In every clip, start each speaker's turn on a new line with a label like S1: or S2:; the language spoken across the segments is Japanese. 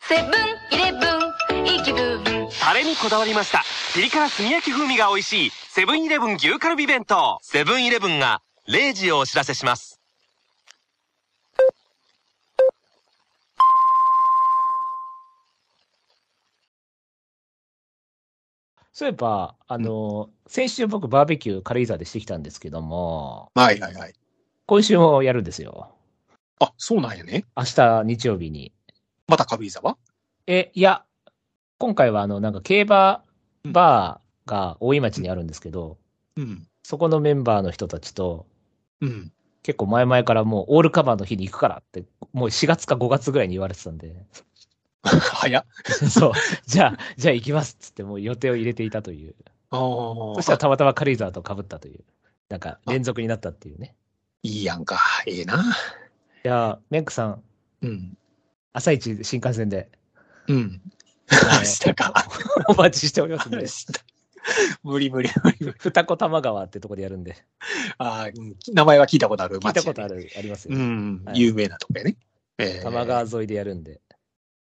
S1: セブンイレブンいい気分
S2: タレにこだわりましたピリ辛炭焼き風味が美味しいセブンイレブン牛カルビ弁当セブンイレブンが0時をお知らせします
S3: そういえば、あの、先週僕バーベキュー軽井沢でしてきたんですけども、
S4: はいはいはい。
S3: 今週もやるんですよ。
S4: あ、そうなんやね。
S3: 明日日曜日に。
S4: また軽井沢
S3: え、いや、今回はあの、なんか競馬バーが大井町にあるんですけど、
S4: うん。
S3: そこのメンバーの人たちと、
S4: うん。
S3: 結構前々からもうオールカバーの日に行くからって、もう4月か5月ぐらいに言われてたんで、
S4: 早っ。
S3: そう、じゃあ、じゃあ行きますっつってもう予定を入れていたという。
S4: あ
S3: そ
S4: あ
S3: したらたまたま軽井沢と被ったという。なんか連続になったっていうね。
S4: いいやんか。ええな。
S3: いやー、メンクさん、
S4: うん。
S3: 朝一新幹線で。
S4: うん。
S3: あの
S4: 明日か。
S3: お待ちしておりますん
S4: 明
S3: で。
S4: 日。 無理無理無理無理。
S3: 二子玉川ってとこでやるんで。
S4: ああ、うん名前は聞いたことある。
S3: 聞いたことあ
S4: る。
S3: る、ありますよ
S4: う
S3: ね。
S4: ん。
S3: はい
S4: 有名なとこやね。ええ
S3: 多摩川沿いでやるんで。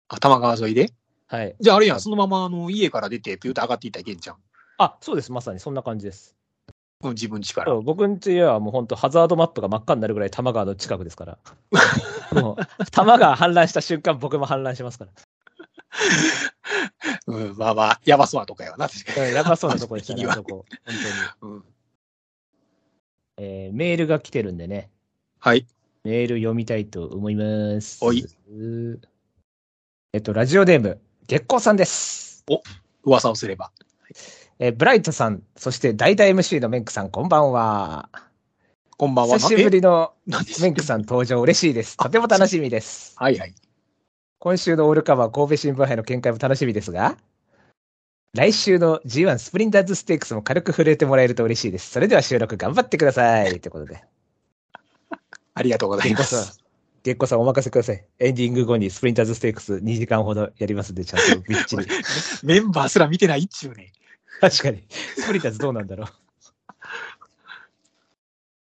S4: あ、玉川沿いで。
S3: はい。
S4: じゃああれやん、そのままあの家から出て、ピューッと上がっていったらいけんじゃん。
S3: あ、そうです。まさにそんな感じです。
S4: うん自分家か
S3: そ
S4: ら。
S3: う僕ん家はもう本当ハザードマップが真っ赤になるぐらい多摩川の近くです から。もう、多摩川氾濫した瞬間、僕も氾濫しますから。
S4: うん、まあまあ、やばそうなとこやわな、確か
S3: うんやばそうなとこで したね、
S4: 場
S3: あ
S4: 所
S3: そ
S4: 的
S3: こ。本当に。
S4: に。うん。
S3: えーメールが来てるんでね。
S4: はい。
S3: メール読みたいと思います。
S4: おい。
S3: えっと、ラジオネーム、月光さんです。
S4: 噂をすれば。
S3: えーブライトさん、そして代打 MC のメンクさん、こんばんは。
S4: こんばんは。
S3: 久しぶりの
S4: え。なんで
S3: メンクさん登場、嬉しいです。とても楽しみです。
S4: はいはい。
S3: 今週のオールカバー神戸新聞杯の見解も楽しみですが、来週の G1 スプリンターズステークスも軽く触れてもらえると嬉しいです。それでは収録頑張ってください。ということで。
S4: ありがとうございます。
S3: 月光さんお任せください。エンディング後にスプリンターズステークス2時間ほどやりますんで、ちゃんとびっちり。
S4: メンバーすら見てないっちゅうね。
S3: 確かに。スプリンターズどうなんだろう。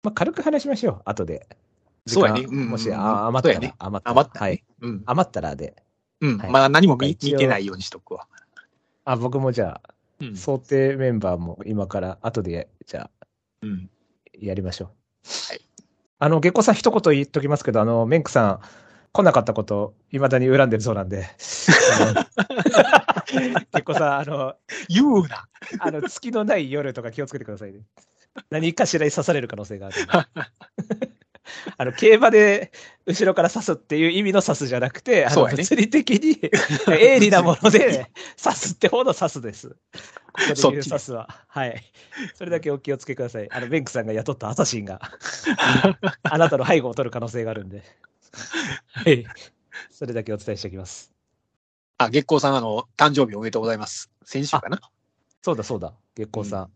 S3: まあ、軽く話しましょう、後で。
S4: そうやね
S3: 時間
S4: うん
S3: もし、
S4: うん
S3: あ余った
S4: そう
S3: ら、
S4: やね
S3: 余ったら。
S4: 余った
S3: はい
S4: ね。。うん。
S3: 余ったらで。
S4: うん。
S3: はい
S4: まあ何も見
S3: 一応
S4: 見てないようにしとくわ。
S3: あ、僕もじゃあ、
S4: うん
S3: 想定メンバーも今から、後で、じゃあ、
S4: うん。
S3: やりましょう。
S4: はい。
S3: あの、月光さん一言言っときますけど、あの、メンクさん、来なかったこと、いまだに恨んでるそう なんで。あの月光さん、あの、
S4: 言うな。
S3: あの、月のない夜とか気をつけてください ね。何かしらに刺される可能性があるんで。あの、競馬で後ろから刺すっていう意味の刺すじゃなくて、あ
S4: そ
S3: の、
S4: うやね
S3: 物理的 に鋭利なもので刺すってほど刺すです。ここで
S4: そっ
S3: 言う
S4: ちね
S3: 刺すは。はい。それだけお気をつけください。あの、ベンクさんが雇ったアサシン が、あなたの背後を取る可能性があるんで。はい。それだけお伝えしておきます。
S4: あ、月光さん、あの、誕生日おめでとうございます。先週かな
S3: そうだそうだ、月光さん。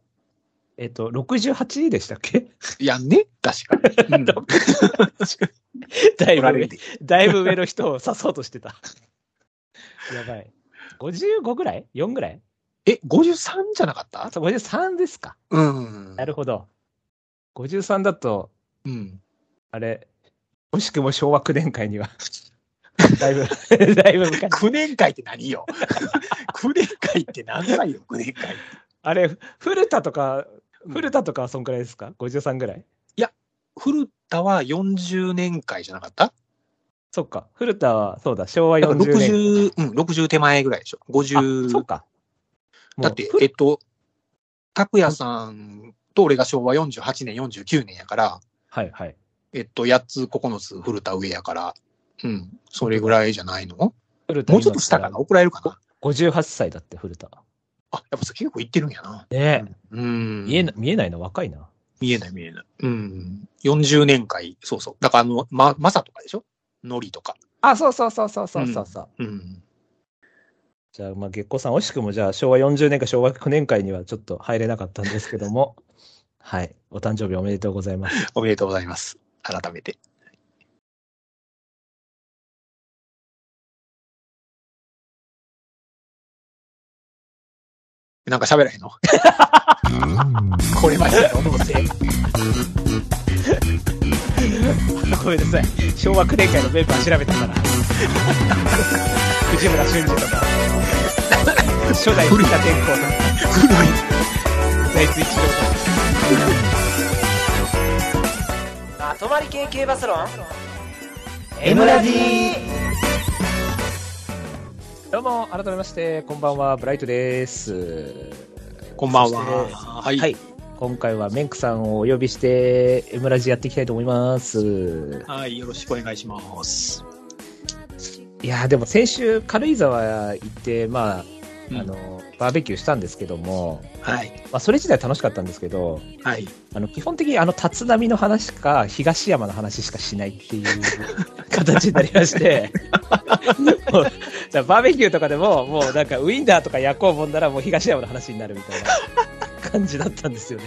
S3: えっと、68でしたっけ
S4: やんね確 かに。うん
S3: だい
S4: 取
S3: ぶ
S4: られ
S3: 上
S4: る、で
S3: だいぶ上の人を刺そうとしてた。やばい。55ぐらい ?4 ぐらい
S4: え、53じゃなかった
S3: あと53ですか。
S4: うん。
S3: なるほど。53だと、
S4: うん。
S3: あれ、惜しくも昭和9年会に は。だいぶ、だいぶ昔。
S4: 9年会って何よ ?9 年会って何歳よ、9年会。
S3: あれ、古田とか、古田とかはそんくらいですか ?53 ぐらい
S4: 古田は40年会じゃなかった
S3: そっか。古田は、そうだ、昭和
S4: だから
S3: 40年。
S4: 60、うん、60手前ぐらいでしょ。
S3: あ、そ
S4: 50
S3: う、か。もう
S4: だって
S3: ふ、
S4: えっと、拓也さんと俺が昭和48年、49年やから、
S3: はいはい。
S4: えっと、8つ、9つ、古田上やから、うん、それぐらいじゃないのも
S3: 古田
S4: うちょっと下かな怒られるかな
S3: 58歳だって、古田。
S4: あ、やっぱ結構いってるんやな。
S3: ね
S4: うん。
S3: 見えな見えないの若いな。
S4: 見えない見えない。うん。40年会、そうそう。だからあの、ま、まさとかでしょのりとか。
S3: あ、そうそうそうそうそうそうそう。
S4: うん。
S3: じゃあ、まあ、月光さん、惜しくも、じゃあ、昭和40年か昭和9年会にはちょっと入れなかったんですけど も、はい、お誕生日おめでとうございます。
S4: おめでとうございます。改めて。なんか喋らへんの これまでのどうせ。
S3: ごめんなさい、昭和9年会のメンバー調べたから。藤村俊二とか、初代
S4: 古い
S3: 北天候とか、
S4: 古い。
S3: 財津一郎とか。まとまり系系バスロン
S5: M ラジ
S3: どうも、改めまして、こんばんは、ブライトです。
S4: こんばんは。は。
S3: はいい、
S4: はい。
S3: 今回はメンクさんをお呼びして、M ラジやっていきたいと思います。
S4: よろしくお願いします。
S3: いやーでも先週、軽井沢行って、まあ、
S4: うん
S3: あの、バーベキューしたんですけども、
S4: はい。
S3: まあ、それ自体楽しかったんですけど、
S4: はい。
S3: あの、基本的にあの、立浪の話か、東山の話しかしないっていう形になりまして、 もうだからバーベキューとかでも、もうなんか、ウィンナーとか焼こうもんなら、もう東山の話になるみたいな感じだったんですよね。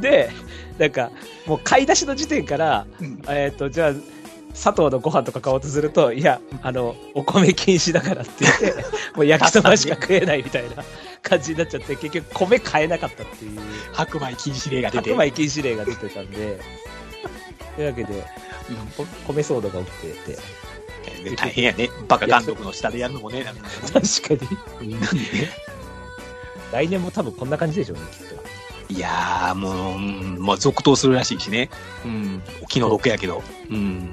S3: で、なんか、もう買い出しの時点から、
S4: うん
S3: えっ、と、じゃあ、佐藤のご飯とか買おうとすると、いや、あの、お米禁止だからって言っ て、もう焼きそばしか食えないみたいな感じになっちゃって、結局米買えなかったっていう。
S4: 白米禁止令が出て。
S3: 白米禁止令が出てたんで、というわけで、こ米騒動が起きてて、
S4: うん大変やね。バカ監督の下でやるのもね。なんかね
S3: 確かに、来年も多分こんな感じでしょうね、きっと。
S4: いやー、もう、うんまあ、続投するらしいしね。うん。気の毒やけど。うん。
S3: も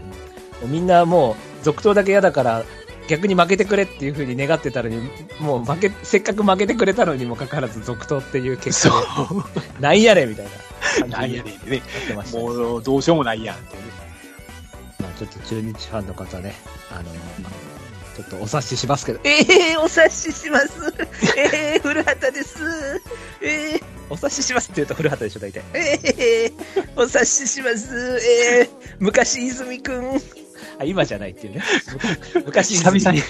S3: うみんなもう、続投だけ嫌だから、逆に負けてくれっていうふうに願ってたのに、もう負け、せっかく負けてくれたのにもかかわらず続投っていう結
S4: そ
S3: 果
S4: う。
S3: で、なんやねんみたいな
S4: な
S3: 感
S4: ん
S3: じに
S4: や
S3: なっ
S4: ねんってね。
S3: てましたね。
S4: もう、どうしようもないやんってね。
S3: まあ、ちょっと中日ファンの方ね、あの、ちょっとお察ししますけど、ええお察しします。ええ古畑です。ええお察ししますって言うと古畑でしょ、大体。ええお察しします。ええ昔泉くん。あ、今じゃないって いうね。昔
S4: 久々
S3: に。
S4: に、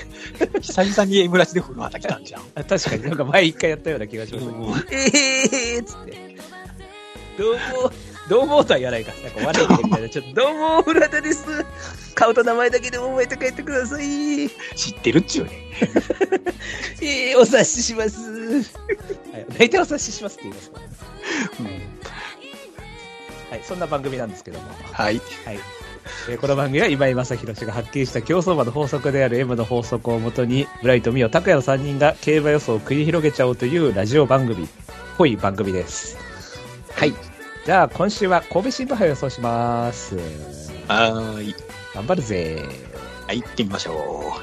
S4: 久々に M ラジで古畑来たんじゃん。
S3: あ確かになんか前一回やったような気がしますね。ええー、つって。どうも、どうもとは言わないか。なんか悪いみたいな。ちょっと、どうも、古畑です。顔と名前だけで覚えて帰ってください。
S4: 知ってるっちゅうね。
S3: えー、お察しします。はい、大体お察ししますって言いますから。はい、そんな番組なんですけども。
S4: はい。
S3: はい。えーこの番組は今井正弘氏が発見した競走馬の法則である M の法則をもとに、ブライト、ミオ、タクヤの3人が競馬予想を繰り広げちゃおうというラジオ番組っぽい番組です。
S4: はい。
S3: じゃあ、今週は神戸新聞杯を予想します。
S4: はーい。
S3: 頑張るぜ。
S4: はい、行ってみましょ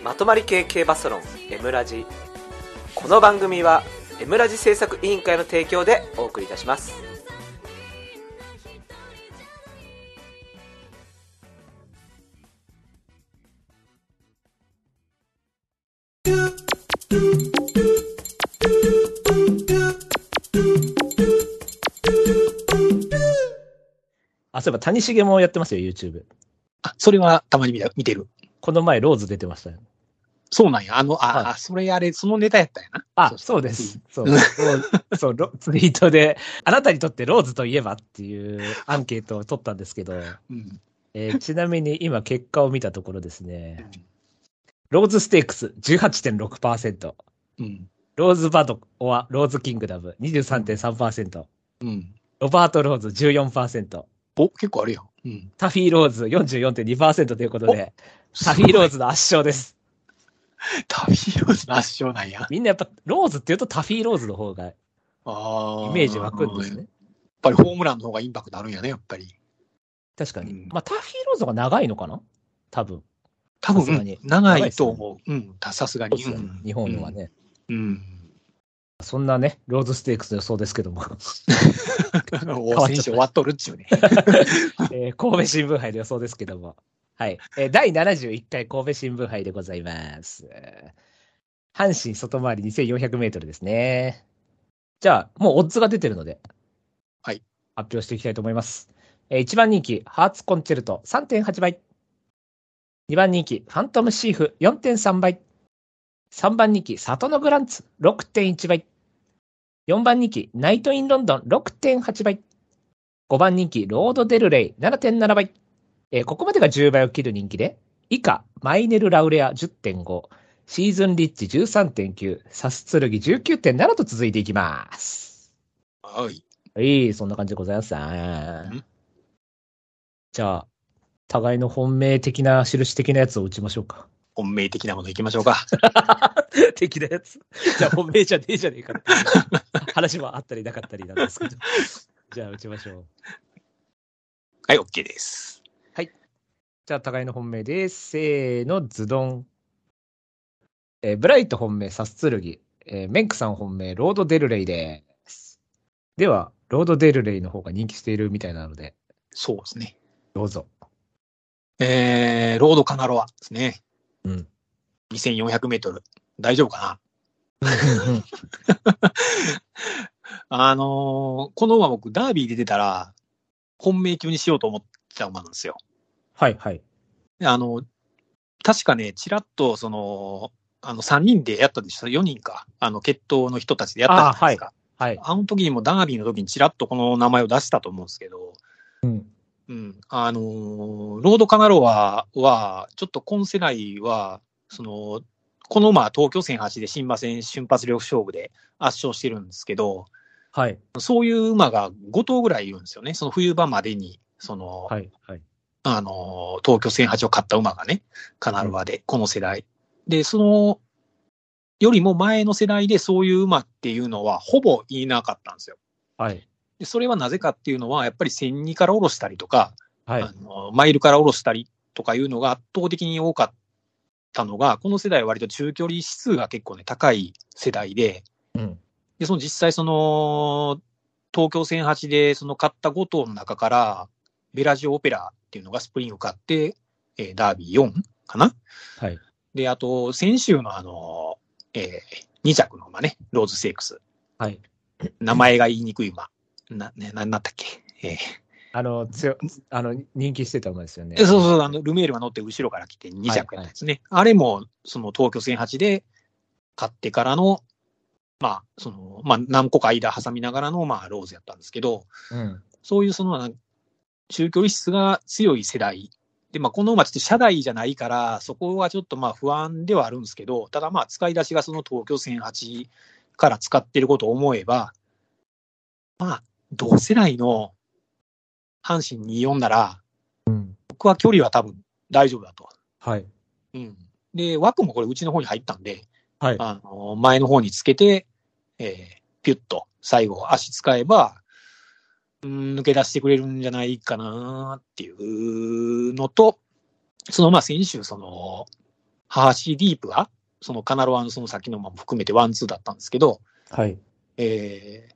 S4: う。
S6: まとまり系系バスロン M ラジこの番組は M ラジ制作委員会の提供でお送りいたします
S3: あ、そういえば、谷繁もやってますよ、YouTube。
S4: あ、それはたまに見た見てる。
S3: この前、ローズ出てましたよ。
S4: そうなんや。あの、あ、
S3: はい
S4: あそれあれ、そのネタやったんやな。
S3: あ、
S4: そ
S3: そうです。そう。ロ ーそうロ、 ツイートで、あなたにとってローズといえばっていうアンケートを取ったんですけど、
S4: うん。
S3: え ーちなみに今結果を見たところですね、ローズステークス18.6%、
S4: うん。
S3: ローズバドオアローズキングダム23.3%、
S4: うん。
S3: ロバート・ローズ14%、
S4: お、結構あるやん。うん。
S3: タフィー・ローズ44.2%ということで、タ
S4: タ
S3: フィー・ ローズの圧勝です。
S4: タフィーローズの圧勝なんや。
S3: みんなやっぱ、ローズっていうとタフィー・ローズの方がイ
S4: ああ。
S3: メージ湧くんです
S4: やっ
S3: ね。
S4: ぱりホームランの方がインパクトあるんやね、やっぱり。
S3: 確か
S4: うん
S3: に。まあ、タフィー・ローズが長いのかな多分。
S4: 多
S3: さすが
S4: 分
S3: に、
S4: 長いと思う。うん。たさすがに。うん
S3: 日本のは。ね。
S4: うん。
S3: そんなね、ローズステークスの予想ですけども、
S4: お、
S3: わっちゃった
S4: 選手終わっとるっちゅうね。
S3: えー神戸新聞杯の予想ですけども、はい。えー第71回神戸新聞杯でございます。阪神外回り2400メートルですね。じゃあ、もうオッズが出てるので、
S4: はい。
S3: 発表していきたいと思います。えー、1番人気、ハーツコンチェルト3.8倍。2番人気、ファントムシーフ4.3倍。3番人気、サトノグランツ6.1倍。4番人気、ナイトインロンドン6.8倍。5番人気、ロードデルレイ7.7倍。えーここまでが10倍を切る人気で、以下、マイネル・ラウレア10.5、シーズンリッチ13.9、サスツルギ19.7と続いていきます。
S4: はい。
S3: はい、そんな感じでございますなんじゃあ、互いの本命的な、印的なやつを打ちましょうか。
S4: 本命的なものいきましょうか。
S3: 的なやつ。じゃあ、本命じゃねえじゃねえかっていう 話もあったりなかったりなんですけど。じゃあ、打ちましょう。
S4: はい、OK です。
S3: じゃあ、互いの本命です。せーの、ズドン。えーブライト本命、サスツルギ。えーメンクさん本命、ロード・デルレイです。では、ロード・デルレイの方が人気しているみたいなので、
S4: そうですね。
S3: どうぞ。
S4: えー、ロードカナロアですね。
S3: うん。
S4: 2400メートル。大丈夫かなあのーこの馬僕、ダービーで出たら、本命級にしようと思った馬なんですよ。
S3: はいはい。
S4: あの、確かね、ちらっと、その、あの、3人でやったでしょ ?4 人か。あの、決闘の人たちでやったじゃないですか。
S3: はい。
S4: あの時にもダービーの時にちらっとこの名前を出したと思うんですけど、
S3: うん。
S4: うん、あのーロードカナロアは、ちょっと今世代は、その、この馬は東京戦8で新馬戦瞬発力勝負で圧勝してるんですけど、
S3: はい。
S4: そういう馬が5頭ぐらいいるんですよね。その冬場までに、その、
S3: はい。はい。
S4: あの、東京戦8を勝った馬がね、カナルワで、この世代。で、その、よりも前の世代でそういう馬っていうのは、ほぼいなかったんですよ。
S3: はい。
S4: でそれはなぜかっていうのは、やっぱり戦2から下ろしたりとか、
S3: はい
S4: あ。のマイルから下ろしたりとかいうのが圧倒的に多かったのが、この世代は割と中距離指数が結構ね、高い世代で、
S3: うん。
S4: で、その実際その、東京戦8でその買った5頭の中から、ベラジオオペラっていうのがスプリング買って、えーダービー4かな
S3: はい。
S4: で、あと、先週のあの、え2着の馬ね、ローズセイクス。
S3: はい。
S4: 名前が言いにくい馬。な、ね、な、なんだったっけえー
S3: あの、強、あの、人気してたものですよね。
S4: えそうそう、あの、ルメールが乗って後ろから来て2着やったんですね。あれも、その東京戦8で買ってからの、まあ、その、まあ、何個か間挟みながらの、まあ、ローズやったんですけど、
S3: うん。
S4: そういうその、なん中距離質が強い世代。で、まあ、この馬ちょっと車代じゃないから、そこはちょっとまあ不安ではあるんですけど、ただまあ、使い出しがその東京戦8から使ってることを思えば、まあ、同世代の阪神24なら、
S3: うん。
S4: 僕は距離は多分大丈夫だと。
S3: はい。
S4: うん、で、枠もこれ、うちの方に入ったんで、
S3: はい。
S4: あの前の方につけて、えーピュッと最後、足使えば、うん抜け出してくれるんじゃないかなっていうのと、そのまあ先週、その、ハーシーディープが、そのカナロアのその先の馬も含めてワンツーだったんですけど、
S3: はい。
S4: えー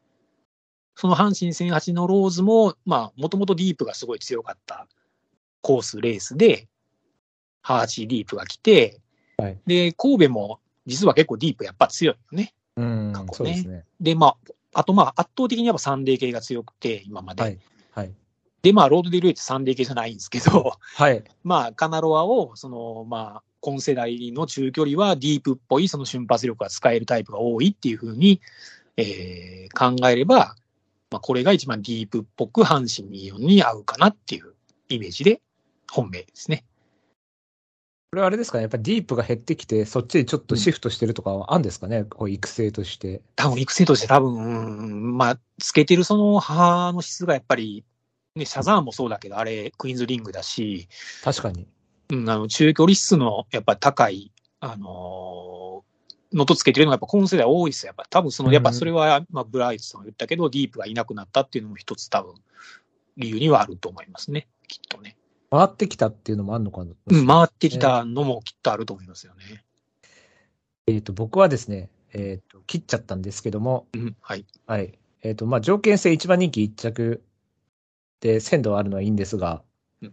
S4: その阪神戦8のローズも、まあ、もともとディープがすごい強かったコース、レースで、ハーチーディープが来て、
S3: はい
S4: で、神戸も実は結構ディープやっぱ強いよね。
S3: うん
S4: 過去ね。
S3: そうですね。
S4: で、まあ、あとまあ、圧倒的にやっぱサンデー系が強くて、今まで。
S3: はい。はい。
S4: で、まあ、ロードディルエイってサンデー系じゃないんですけど、
S3: はい。
S4: まあ、カナロアを、その、まあ、今世代の中距離はディープっぽい、その瞬発力が使えるタイプが多いっていうふうに、えー考えれば、まあ、これが一番ディープっぽく阪神24に合うかなっていうイメージで、本命ですね。
S3: これはあれですかね、やっぱディープが減ってきて、そっちにちょっとシフトしてるとかはあるんですかね、こう育成として。
S4: 多分、育成として多分、うんまあ、つけてるその母の質がやっぱり、ね、シャザーンもそうだけど、あれ、クイーンズリングだし、
S3: 確かに。
S4: うん、あの中距離質のやっぱ高い、あのーのとつけてるのがやっぱ今世代多いですよ。やっぱ多分その、やっぱそれは、まあ、ブライトさんが言ったけど、ディープがいなくなったっていうのも一つ多分、理由にはあると思いますね。きっとね。
S3: 回ってきたっていうのもあるのかな。
S4: うん、回ってきたのもきっとあると思いますよね。
S3: えっと、僕はですね、えっ、と、切っちゃったんですけども、
S4: うん、はい。
S3: はい。えっ、と、まあ、条件性一番人気一着で鮮度はあるのはいいんですが、
S4: うん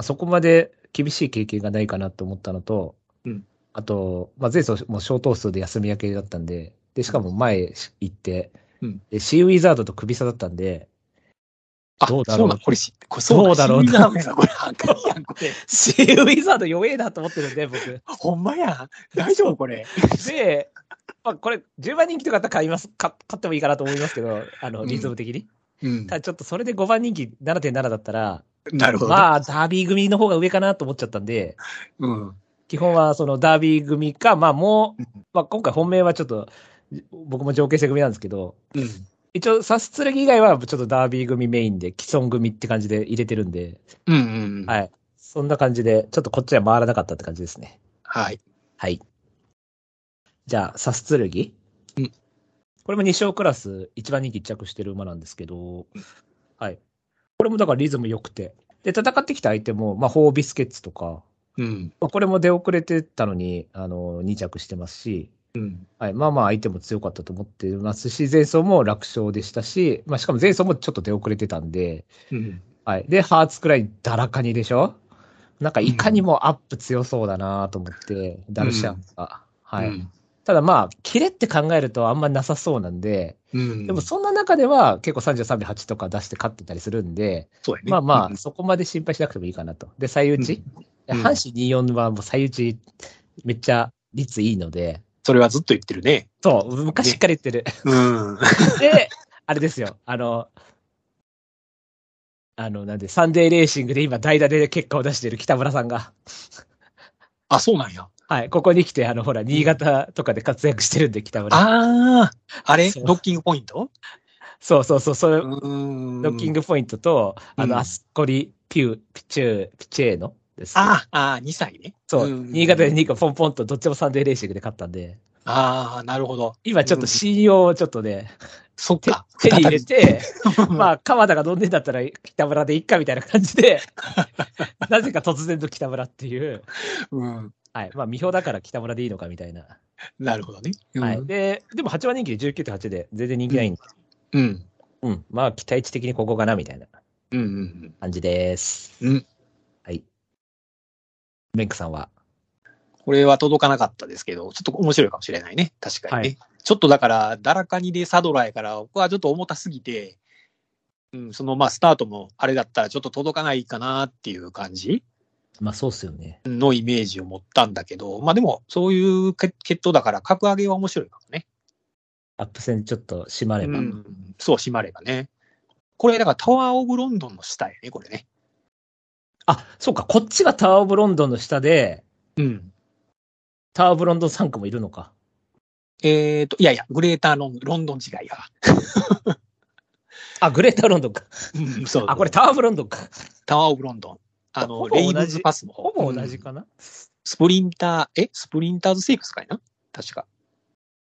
S3: そこまで厳しい経験がないかなと思ったのと、
S4: うん
S3: あと、まあ、前走もう小頭数で休み明けだったんで、で、しかも前行って、
S4: うん
S3: でシーウィザードと首差だったんで、
S4: あ、
S3: ど
S4: そうう
S3: だろう
S4: なん、これし、これそう
S3: ど
S4: な
S3: うんだろう
S4: 死んだんだこれ、あかんやん、これ。
S3: シーウィザード弱えなと思ってるんで、 僕。
S4: ほんまやん。大丈夫これ。
S3: で、まあ、これ、10番人気とかだったら買います、か買ってもいいかなと思いますけど、あの、
S4: うん
S3: リズム的に。
S4: うん
S3: ただちょっとそれで5番人気7.7だったら、
S4: なるほどね。
S3: まあ、ダービー組の方が上かなと思っちゃったんで、
S4: うん。
S3: 基本はそのダービー組か、まあもう、まあ今回本命はちょっと、僕も情景性組なんですけど、
S4: うん。
S3: 一応、サスツレギ以外はちょっとダービー組メインで、既存組って感じで入れてるんで、
S4: うん、うん。
S3: はい。そんな感じで、ちょっとこっちは回らなかったって感じですね。
S4: はい。
S3: はい。じゃあ、サスツルギ。
S4: うん
S3: これも2勝クラス、一番人気着してる馬なんですけど、はい。これもだからリズム良くて。で、戦ってきた相手も、まあ、ホービスケッツとか、
S4: うん。
S3: まあ、これも出遅れてたのに、あの、2着してますし、
S4: うん。
S3: はい、まあまあ相手も強かったと思ってますし、前走も楽勝でしたし、まあしかも前走もちょっと出遅れてたんで、
S4: うん。
S3: はい。で、ハーツくらいだらかにでしょなんかいかにもアップ強そうだなと思って、ダルシャンが。はい。
S4: うん。
S3: ただまあ、キレって考えるとあんまなさそうなんで、
S4: うん。
S3: でもそんな中では結構33秒8とか出して勝ってたりするんで、
S4: そうやね。
S3: まあまあ、
S4: うん
S3: そこまで心配しなくてもいいかなと。で、最打ち、
S4: うんう
S3: 阪
S4: ん
S3: 神24はもう最打ちめっちゃ率いいので、
S4: それはずっと言ってるね。
S3: そう、昔から言って る。
S4: うん。
S3: で、あれですよ、あの、あの、なんで、サンデーレーシングで今、代打で結果を出している北村さんが、
S4: あ、そうなんや。
S3: はい、ここに来て、あの、ほら、新潟とかで活躍してるんで、北村。
S4: ああ、あれ
S3: そう
S4: ドッキングポイント
S3: そうそうそう、それ、
S4: うーん
S3: ロッキングポイントと、あ
S4: うん
S3: の、あすこり、ピュー、ピチュー、ピチェーノです。
S4: あーあー、2歳ね。
S3: そう、
S4: ん
S3: 新潟で2個ポンポンと、どっちもサンデーレーシングで勝ったんで、
S4: ああ、なるほど。
S3: 今ちょっと信用をちょっとね、
S4: そっか。
S3: 手に入れて、
S4: 再び
S3: まあ、川田が飲んでんだったら北村でいっかみたいな感じ で、なぜか突然の北村っていう、
S4: うん。
S3: はい。まあ、未表だから北村でいいのかみたいな。
S4: なるほどね。うん
S3: はい。で、でも8番人気で19.8で全然人気ないんで、
S4: うん。
S3: うん、まあ、期待値的にここかなみたいな
S4: うんうん
S3: 感じです。
S4: うん。
S3: はい。メンクさんは。
S4: これは届かなかったですけど、ちょっと面白いかもしれないね。確かにね。
S3: はい
S4: ちょっとだから、だらかにでサドラやから、僕はちょっと重たすぎて、うん、そのまあスタートもあれだったらちょっと届かないかなっていう感じ
S3: まあ、そうっすよね。
S4: のイメージを持ったんだけど、まあでもそういうけ決闘だから格上げは面白いかもね。
S3: アップ戦ちょっと締まれば。
S4: うん、そう、閉まればね。これ、だからタワー・オブ・ロンドンの下やね、これね。
S3: あ、そうか。こっちがタワーオブロンドンの下で、
S4: うん。
S3: タワーオブロンドン3区もいるのか。
S4: えっ、と、いやいや、グレーターロンロンドン違いやわ。
S3: あ、グレーターロンドンか。
S4: うん、そう。
S3: あ、これタワーオブロンドンか。
S4: タワー・オブ・ロンドン。
S3: ほ
S4: あの、
S3: ぼ同
S4: レ
S3: じ
S4: イブズ・パスの方。
S3: ほぼ同じ
S4: うん
S3: かな。
S4: スプリンター、えスプリンターズ・セークスかいな確か。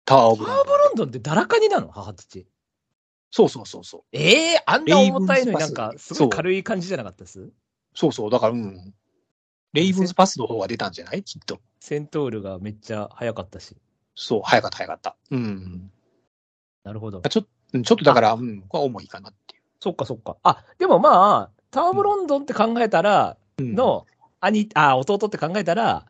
S4: タワー・オ
S3: タ
S4: ブ・
S3: ワー
S4: ロ
S3: オ
S4: ン
S3: ブ
S4: ドン。
S3: ロンドンってだらかになの母土。
S4: そうそうそうそう。
S3: ええあんな重たいのになんか、
S4: レイブンズパス
S3: すごい軽い感じじゃなかったです
S4: そうそう、だから、うん。レイブンズ・パスの方が出たんじゃないきっと。
S3: セントールがめっちゃ速かったし。
S4: そう、早かった、早かった。うん。
S3: なるほど。
S4: ちょうんちょっとだから、うん、これは重いかなってい
S3: そっかそっか。あ、でもまあ、タワーブロンドンって考えたら、
S4: う。うん、
S3: の、兄、あ、弟って考えたら、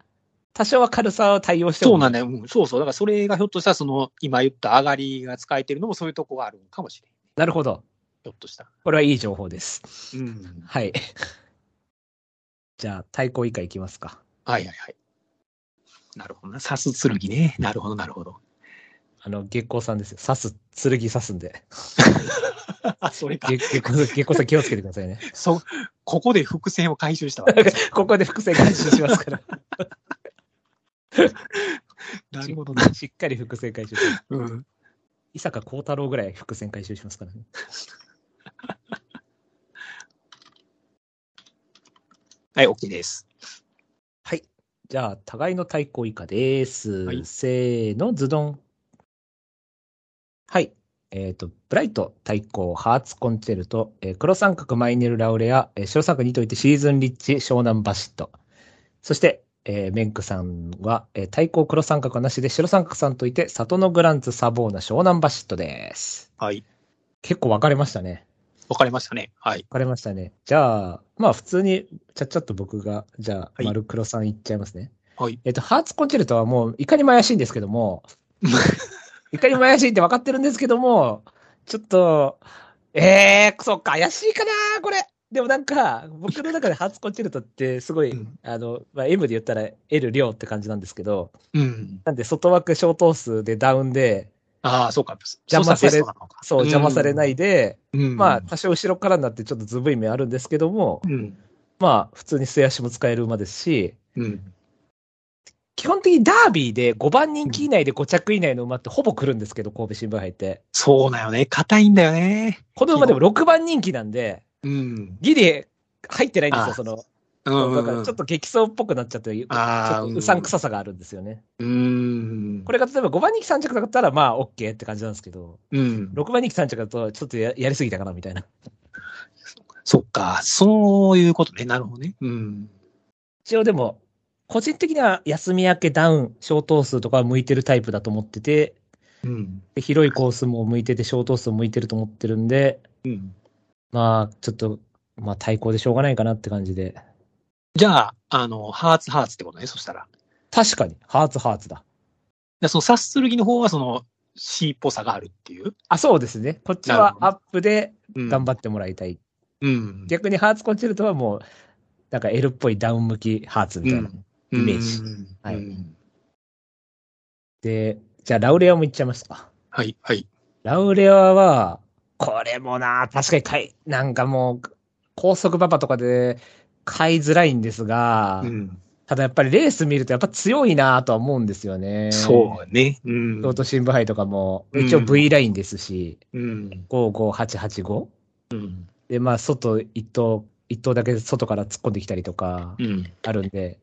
S3: 多少は軽さを対応しても
S4: そうなんだよ、うん。そうそう。だからそれがひょっとしたら、その、今言った上がりが使えてるのもそういうとこがあるのかもしれない。
S3: なるほど。
S4: ひょっとしたら。
S3: これはいい情報です。
S4: うん。
S3: はい。 じゃあ、対抗以下いきますか。
S4: はいはいはい。なるほどな。刺す剣ね。なるほど、なるほど。
S3: あの、月光さんですよ。刺す、剣刺すんで。
S4: あ、それか。
S3: 月月光さん月光さん気をつけてください ね。
S4: そ、ここで伏線を回 収したわけ。
S3: ここで伏線回収しますから。
S4: なるほどな。
S3: しっかり伏線回収します。
S4: うん。
S3: 伊坂幸太郎ぐらい伏線回収しますからね。
S4: はい、OK です。
S3: じゃあ、互いの対抗以下です。
S4: はい
S3: せーの、ズドン。はい。えっ、と、ブライト対抗、ハーツコンチェルト、えー黒三角マイネルラウレア、えー白三角にといてシーズンリッチ、湘南バシット。そして、えーメンクさんは、えー対抗黒三角はなしで、白三角さんといて、里のグランツ、サボーナ、湘南バシットです。
S4: はい。
S3: 結構分かれましたね。
S4: わかりましたね。はい。
S3: わかりましたね。じゃあ、まあ普通に、ちゃっちゃっと僕が、じゃあ、
S4: い
S3: 丸黒さんいっちゃいますね。
S4: はい。
S3: えっと、ハーツコンチェルトはもう、いかにも怪しいんですけど も、いかにも怪しいって分かってるんですけども、ちょっと、えー、そっか、怪しいかな、これ。でもなんか、僕の中でハーツコンチェルトって、すごい、
S4: うん
S3: あの、まあ、M で言ったら L 量って感じなんですけど、
S4: うん。
S3: なんで外枠小等数でダウンで、
S4: ああ、そうか。
S3: 邪魔され
S4: そうかベストなのか
S3: そう、邪魔されない。で、
S4: うん。
S3: まあ、多少後ろからになってちょっとずぶい目あるんですけども、
S4: うん。
S3: まあ、普通に末足も使える馬ですし、
S4: うん。
S3: 基本的にダービーで5番人気以内で5着以内の馬ってほぼ来るんですけど、神戸新聞杯って。
S4: そうだよね。硬いんだよね。
S3: この馬でも6番人気なんで、
S4: うん。
S3: ギリ入ってないんですよ、
S4: あ
S3: その、
S4: うんうん
S3: だ
S4: うん
S3: からちょっと激走っぽくなっちゃって、ちょ
S4: あ
S3: っ
S4: ーうん
S3: とうさんくささがあるんですよね。
S4: うーん。
S3: これが例えば5番人気3着だったら、まあ、OK って感じなんですけど、
S4: うん。
S3: 6番人気3着だと、ちょっとややりすぎたかなみたいな。
S4: そっか。そういうことね。なるほどね。うん。
S3: 一応でも、個人的には休み明けダウン、小等数とかは向いてるタイプだと思ってて、
S4: うん。
S3: で広いコースも向いてて、小等数も向いてると思ってるんで、
S4: うん。
S3: まあ、ちょっと、まあ、対抗でしょうがないかなって感じで。
S4: じゃあ、あの、ハーツハーツってことね。そしたら。
S3: 確かに、ハーツハーツだ。
S4: でそのサスルギの方は、その、C っぽさがあるっていう。
S3: あ、そうですね。こっち
S4: なる
S3: は
S4: ほど
S3: アップで
S4: うん
S3: 頑張ってもらいたい。
S4: うん。
S3: 逆にハーツコンチェルトはもう、なんか L っぽいダウン向きハーツみたいな。
S4: うん
S3: イメージ
S4: うん
S3: はい
S4: うん
S3: で、じゃあラウレアもいっちゃいますか。
S4: はい、はい。
S3: ラウレアは、これもな、確かにかい、なんかもう、高速馬場とかで買いづらいんですが、
S4: うん。
S3: ただやっぱりレース見るとやっぱ強いなとは思うんですよね。
S4: そうね。うん
S3: ロート新聞杯とかも、
S4: うん
S3: 一応 V ラインですし、
S4: うん。
S3: 55885。
S4: うん。
S3: で、まあ、外一頭、一頭だけ外から突っ込んできたりとか、
S4: うん。
S3: あるんで。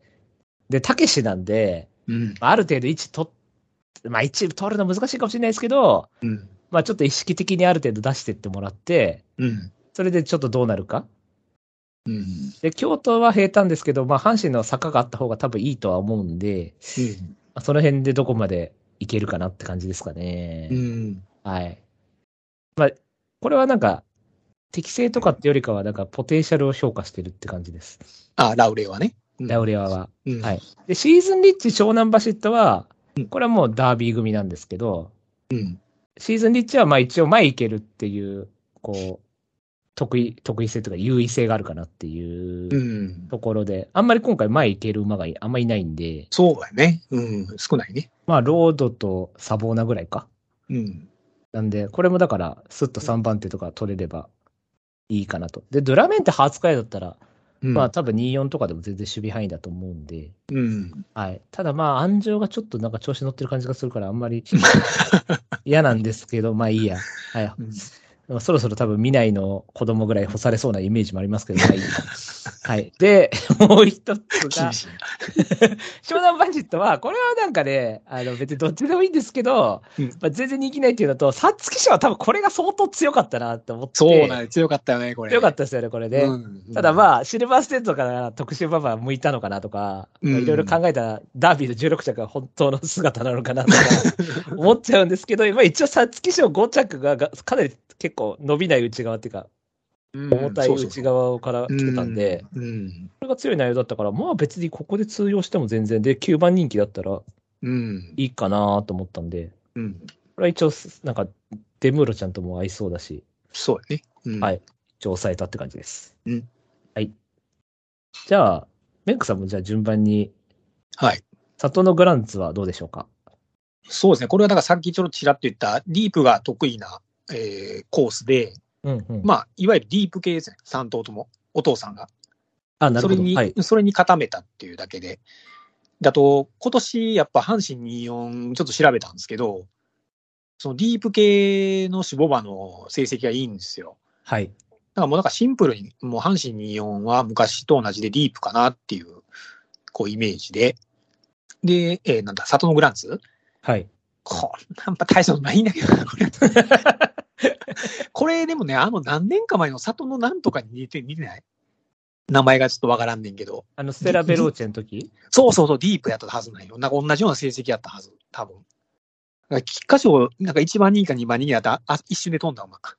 S3: で、たけしなんで、
S4: うん。
S3: まあある程度位置取っ、まあ、位置取るの難しいかもしれないですけど、
S4: うん。
S3: まあ、ちょっと意識的にある程度出してってもらって、
S4: うん。
S3: それでちょっとどうなるか。
S4: うん。うん
S3: で、京都は平坦ですけど、まあ、阪神の坂があった方が多分いいとは思うんで、まあその辺でどこまでいけるかなって感じですかね。
S4: うん。
S3: はい。まあ、これはなんか、適性とかってよりかは、なんか、ポテンシャルを評価してるって感じです。
S4: あ、ラウレはね。
S3: ラウレアは。
S4: うん
S3: はいで、シーズンリッチ湘南バシットは、これはもうダービー組なんですけど、
S4: うん。
S3: シーズンリッチはまあ一応前行けるっていう、こう、得意、得意性というか優位性があるかなって
S4: う。
S3: いうんところで、あんまり今回前行ける馬があんまりいないんで、
S4: そうだね。うん。少ないね。
S3: まあロードとサボーナぐらいか。
S4: うん。
S3: なんで、これもだから、スッと3番手とか取れればいいかなと。で、ドラメンってハーツカイだったら、
S4: うん
S3: まあ多分24とかでも全然守備範囲だと思うんで、
S4: うん。
S3: はい。ただまあ、安城がちょっとなんか調子乗ってる感じがするから、あんま り嫌なんですけど、まあいいや。はい。
S4: うん
S3: まあそろそろ多分未来の子供ぐらい干されそうなイメージもありますけど、まあいいやはい。で、 もう一つが
S4: 厳、しいな。
S3: 湘南バンジットは、これはなんかね、あの別にどっちでもいいんですけど、
S4: うん
S3: まあ、全然人気ないっていうのと、サツキ賞は多分これが相当強かったなって思って、
S4: そうだね。強かったよね、これ。
S3: 強かったですよね、これで。
S4: うん
S3: ただまあ、シルバーステートから特殊ババア向いたのかなとか、
S4: うん
S3: まあいろいろ考えたら、ダービーの16着が本当の姿なのかなと か思っちゃうんですけど、まあ一応、皐月賞5着ががかなり結構伸びない内側っていうか、
S4: うん
S3: 重たい内側から来てたんで、。
S4: そうそうそううん。
S3: これが強い内容だったから、まあ別にここで通用しても全然で、9番人気だったら
S4: うん。
S3: いいかなと思ったんで、
S4: うん。
S3: これは一応、なんか、デムーロちゃんとも合いそうだし、
S4: そうだね。うん
S3: はい一応抑えたって感じです。
S4: うん
S3: はい。じゃあ、メンクさんもじゃあ順番に、
S4: はい。
S3: 里のグランツはどうでしょうか
S4: そうですね。これはだからさっきちょっとちらっと言った、ディープが得意な、えーコースで、
S3: うんうん。
S4: まあ、いわゆるディープ系ですね。3頭とも。お父さんが。
S3: あ、な
S4: そ
S3: る
S4: れ
S3: ほど。
S4: に、
S3: はい。
S4: それに固めたっていうだけで。だと、今年やっぱ阪神24、ちょっと調べたんですけど、そのディープ系の死母馬の成績がいいんですよ。
S3: はい。
S4: だからもうなんかシンプルに、もう阪神24は昔と同じでディープかなっていう、こうイメージで。で、えーなんだ、里のグランツ
S3: はい。
S4: こんなんば大したことないんだけど な、これ。これでもね、あの何年か前の里のなんとかに似て、似てない名前がちょっとわからんねんけど。
S3: あの、ステラベローチェの時
S4: そうそうそう、ディープやったはずなんよ。なんか同じような成績やったはず、多分。だから菊花賞、なんか1番人か2番人やった、あ、一瞬で飛んだ、うまく。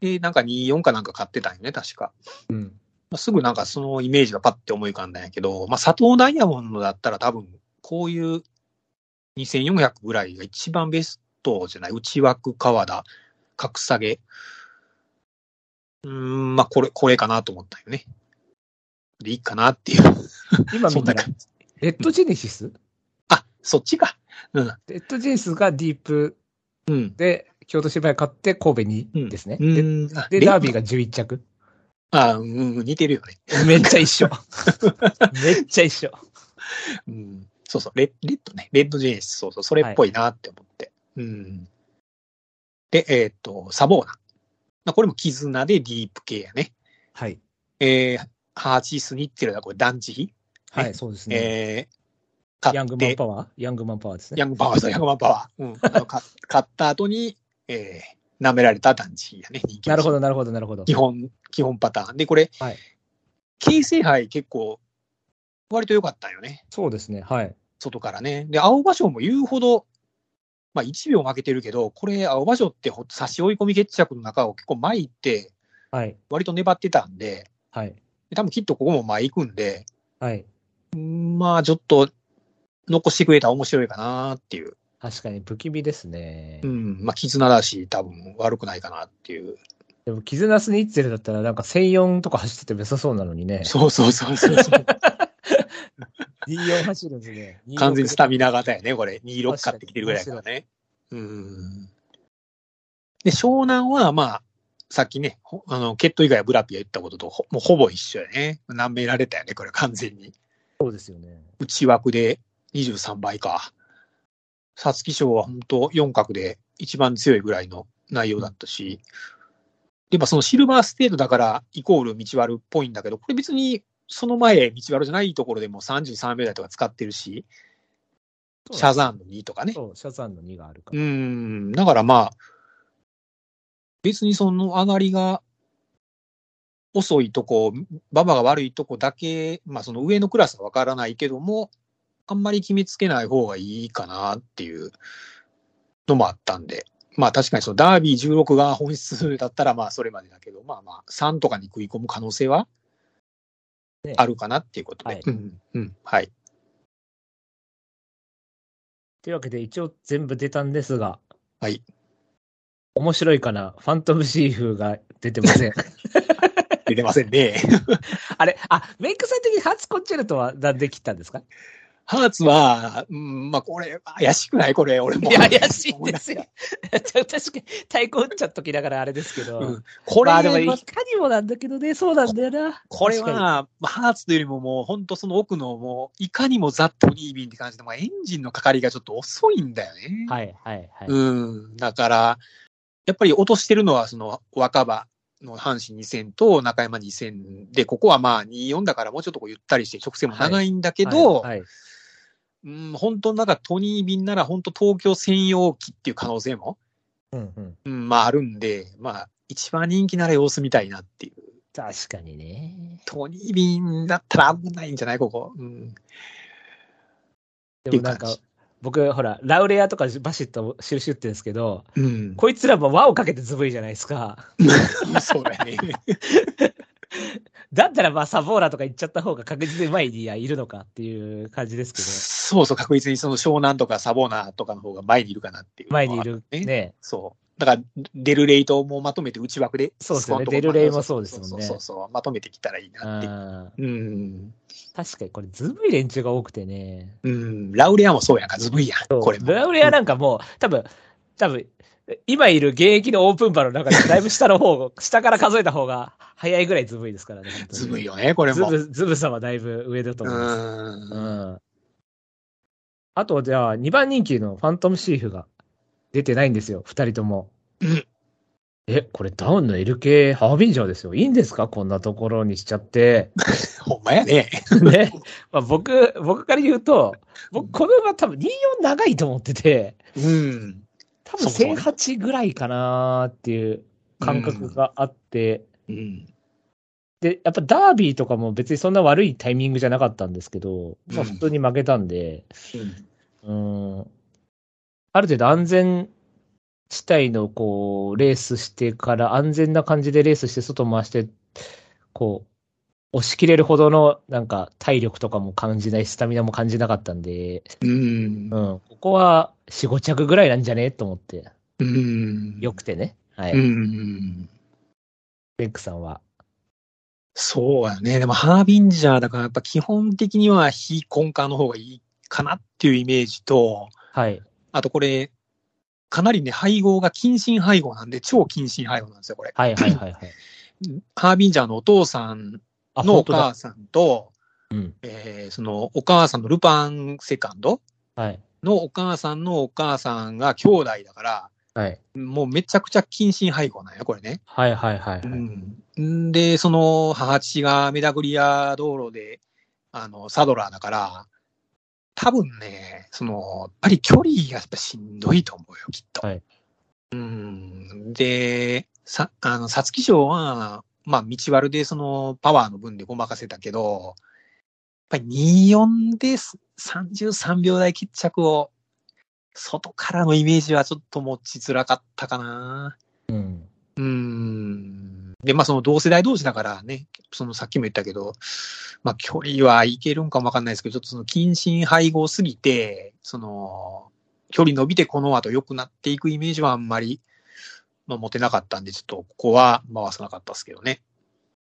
S4: で、なんか24かなんか買ってたんよね、確か。
S3: うん。
S4: まあすぐなんかそのイメージがパッて思い浮かんだんやけど、まあ、佐藤ダイヤモンドだったら多分、こういう2400ぐらいが一番ベストじゃない内枠、川田、格下げ。うーん、まあ、これ、これかなと思ったよね。で、いいかなっていう。
S3: 今
S4: そ
S3: 見
S4: ん
S3: た
S4: な
S3: ら
S4: 感、じ。
S3: レッドジェネシス
S4: あ、そっちか。うん。
S3: レッドジェネシスがディープ
S4: うん。
S3: で、京都芝居勝って神戸に
S4: うん
S3: ですね。
S4: う
S3: で、
S4: ん。あ
S3: でダービー
S4: が。
S3: が11着。
S4: あ、うん、似てるよね。
S3: めっちゃ一緒。 めっちゃ一緒。
S4: うん。そうそう、レレッドね。レッドジェネシス、そうそう、それっぽいなって思って。うん。で、えーっ、と、サボーナ。まあこれも絆でディープ系やね。
S3: はい。
S4: えー、ハーチスニッテルだ、これ団地比、
S3: はい、そうですね。
S4: えー、
S3: ヤ
S4: 買
S3: ング
S4: っ
S3: マン
S4: て
S3: パ、ワーヤングマンパワーですね
S4: ヤ。ングパワーだ、ヤングマンパワー。うん、あのか買った後に、えー、舐められた団地比やね、人気
S3: なるほど、なるほど、なるほど。
S4: 基本、基本パターン。で、これ、
S3: はい
S4: 京成杯結構、割と良かったよね、
S3: そうですね。はい。
S4: 外からね。で、青葉賞も言うほど、まあ、1秒負けてるけど、これ、青葉賞ってほ差し追い込み決着の中を結構前行って、
S3: はい。
S4: 割と粘ってたんで、
S3: はい。
S4: で多分きっとここも前行くんで、
S3: はい。
S4: まあ、ちょっと、残してくれたら面白いかなっていう。
S3: 確かに不気味ですね。
S4: うん。まあ、絆だし、多分悪くないかなっていう。
S3: でも、キズナスニッツェルだったら、なんか1004とか走ってて良さそうなのにね。
S4: そうそうそうそうそう。
S3: D4 走るんです ね。
S4: 完全に
S3: に
S4: スタミナ型やね、これ。26買ってきてるぐらいだからね。うん。で、湘南は、まあ、さっきね、ほあの、ケット以外はブラピが言ったこととほ、もうほぼ一緒やね。舐められたよね、これ完全に。
S3: そうですよね。
S4: 内枠で23倍か。皐月賞は本当4角で一番強いぐらいの内容だったし、で、まあそのシルバーステートだからイコール道悪っぽいんだけど、これ別にその前道悪じゃないところでも33秒台とか使ってるし、シャザーンの2とかね。
S3: そう、シャザンの2があるか
S4: う
S3: ら。
S4: ん、だからまあ、別にその上がりが遅いとこ、馬場が悪いとこだけ、まあその上のクラスはわからないけども、あんまり決めつけない方がいいかなっていうのもあったんで、まあ確かにそのダービー16が本質だったらまあそれまでだけど、まあまあ3とかに食い込む可能性は
S3: ね
S4: あるかなっていうことで。
S3: はい
S4: うん、うん、はい。
S3: というわけで、一応全部出たんですが。
S4: はい。
S3: 面白いかな。ファントムシーフーが出てません。
S4: 出てませんね。
S3: あれ、あ、メイクさん的に初コンチェルトはできたんですか
S4: ハーツは、うん、まあこれ、怪しくないこれ、俺も。
S3: いや、怪しいんですよ。。確かに、太鼓打っちゃっときながらあれですけど。
S4: うん、これ、
S3: まあでも、い
S4: まあ
S3: かにもなんだけどね、そうなんだよな。
S4: これ
S3: 確かに、
S4: は、まあハーツというよりももう、本当その奥の、もう、いかにもザットニービンって感じで、まあ、エンジンのかかりがちょっと遅いんだよね。
S3: はいはいはい。
S4: うん。だから、やっぱり落としてるのは、その、若葉の阪神2000と中山2000で、ここはまあ、24だからもうちょっとこうゆったりして、直線も長いんだけど、
S3: はいはい
S4: うん、本当なんかトニービンなら、本当東京専用機っていう可能性も、
S3: うんうん、
S4: うん、まああるんで、まあ一番人気なら様子見たいなっていう。
S3: 確かにね。
S4: トニービンだったら危ないんじゃないここ。うん。
S3: でもなんか
S4: っていう感じ、
S3: 僕、ほら、ラウレアとかバシッと印打ってるんですけど、
S4: うん。
S3: こいつらも輪をかけてずぶいじゃないですか。
S4: そうだね。
S3: だったらまあサボーラとか行っちゃった方が確実に前にはいるのかっていう感じですけど、
S4: そうそう、確実にその湘南とかサボーナとかの方が前にいるかなっていう。
S3: 前にいる
S4: ね
S3: ね。
S4: そう。だから、デルレイともまとめて内枠で。
S3: そうですよね
S4: スコンとこ
S3: デルレイもそうですもんね
S4: そうそうそう。まとめてきたらいいなっていう。
S3: あー
S4: うん。
S3: 確かにこれずぶい連中が多くてね。
S4: うん。ラウレアもそうやんか、ずぶいやん。これも。
S3: ラウレアなんかもう、多分、多分、今いる現役のオープンバーの中でだいぶ下の方、下から数えた方が早いぐらいずぶいですからね。本当に
S4: ずぶいよね、これ
S3: ズ
S4: も。
S3: ブ、ズブさんはだいぶ上だと
S4: う。
S3: 思います。うんん。あと、じゃあ、2番人気のファントムシーフが出てないんですよ、2人とも。
S4: うん
S3: え、これダウンの LK ハービンジャーですよ。いいんですかこんなところにしちゃ って。
S4: ほんまやね。
S3: ね。まあ、僕、僕から言うと、僕、この馬多分24長いと思ってて、
S4: うん。
S3: 多分
S4: そうそう
S3: 1008ぐらいかなーっていう感覚があって、
S4: うん。
S3: で、やっぱダービーとかも別にそんな悪いタイミングじゃなかったんですけど、まあ
S4: うん
S3: 普通に負けたんで、
S4: うん
S3: うん、ある程度安全地帯のこう、レースしてから安全な感じでレースして外回して、こう、押し切れるほどのなんか体力とかも感じないし、スタミナも感じなかったんで、
S4: うん
S3: う。ん、ここは4、5着ぐらいなんじゃねと思って、
S4: うん。
S3: よくてね。はい。
S4: うん。
S3: ベックさんは。
S4: そうやね。でも、ハービンジャーだから、やっぱ基本的には非根幹の方がいいかなっていうイメージと、
S3: はい。
S4: あとこれ、かなりね、配合が近親配合なんで、超近親配合なんですよ、これ。
S3: はいはいはいはい。
S4: ハービンジャーのお父さん
S3: あ、
S4: のお
S3: 本当だ
S4: 母。さんと、
S3: うん。
S4: えーそのお母さんのルパンセカンド
S3: はい。
S4: のお母さんのお母さんが兄弟だから、
S3: はい。
S4: もうめちゃくちゃ近親配合なんや、これね。
S3: はいはいはい、はい
S4: うん、で、その母父がメダグリア道路で、あの、サドラーだから、多分ね、その、やっぱり距離がやっぱしんどいと思うよ、きっと。
S3: はい
S4: うん。で、さ、あの、皐月賞は、まあ、道悪でその、パワーの分でごまかせたけど、やっぱり24です33秒台決着を、外からのイメージはちょっと持ちづらかったかな。
S3: うん。
S4: うーんで、まあ、その同世代同士だからね、そのさっきも言ったけど、まあ、距離はいけるんかもわかんないですけど、ちょっとその近親配合すぎて、その、距離伸びてこの後良くなっていくイメージはあんまり、まあ、持てなかったんで、ちょっとここは回さなかったですけどね。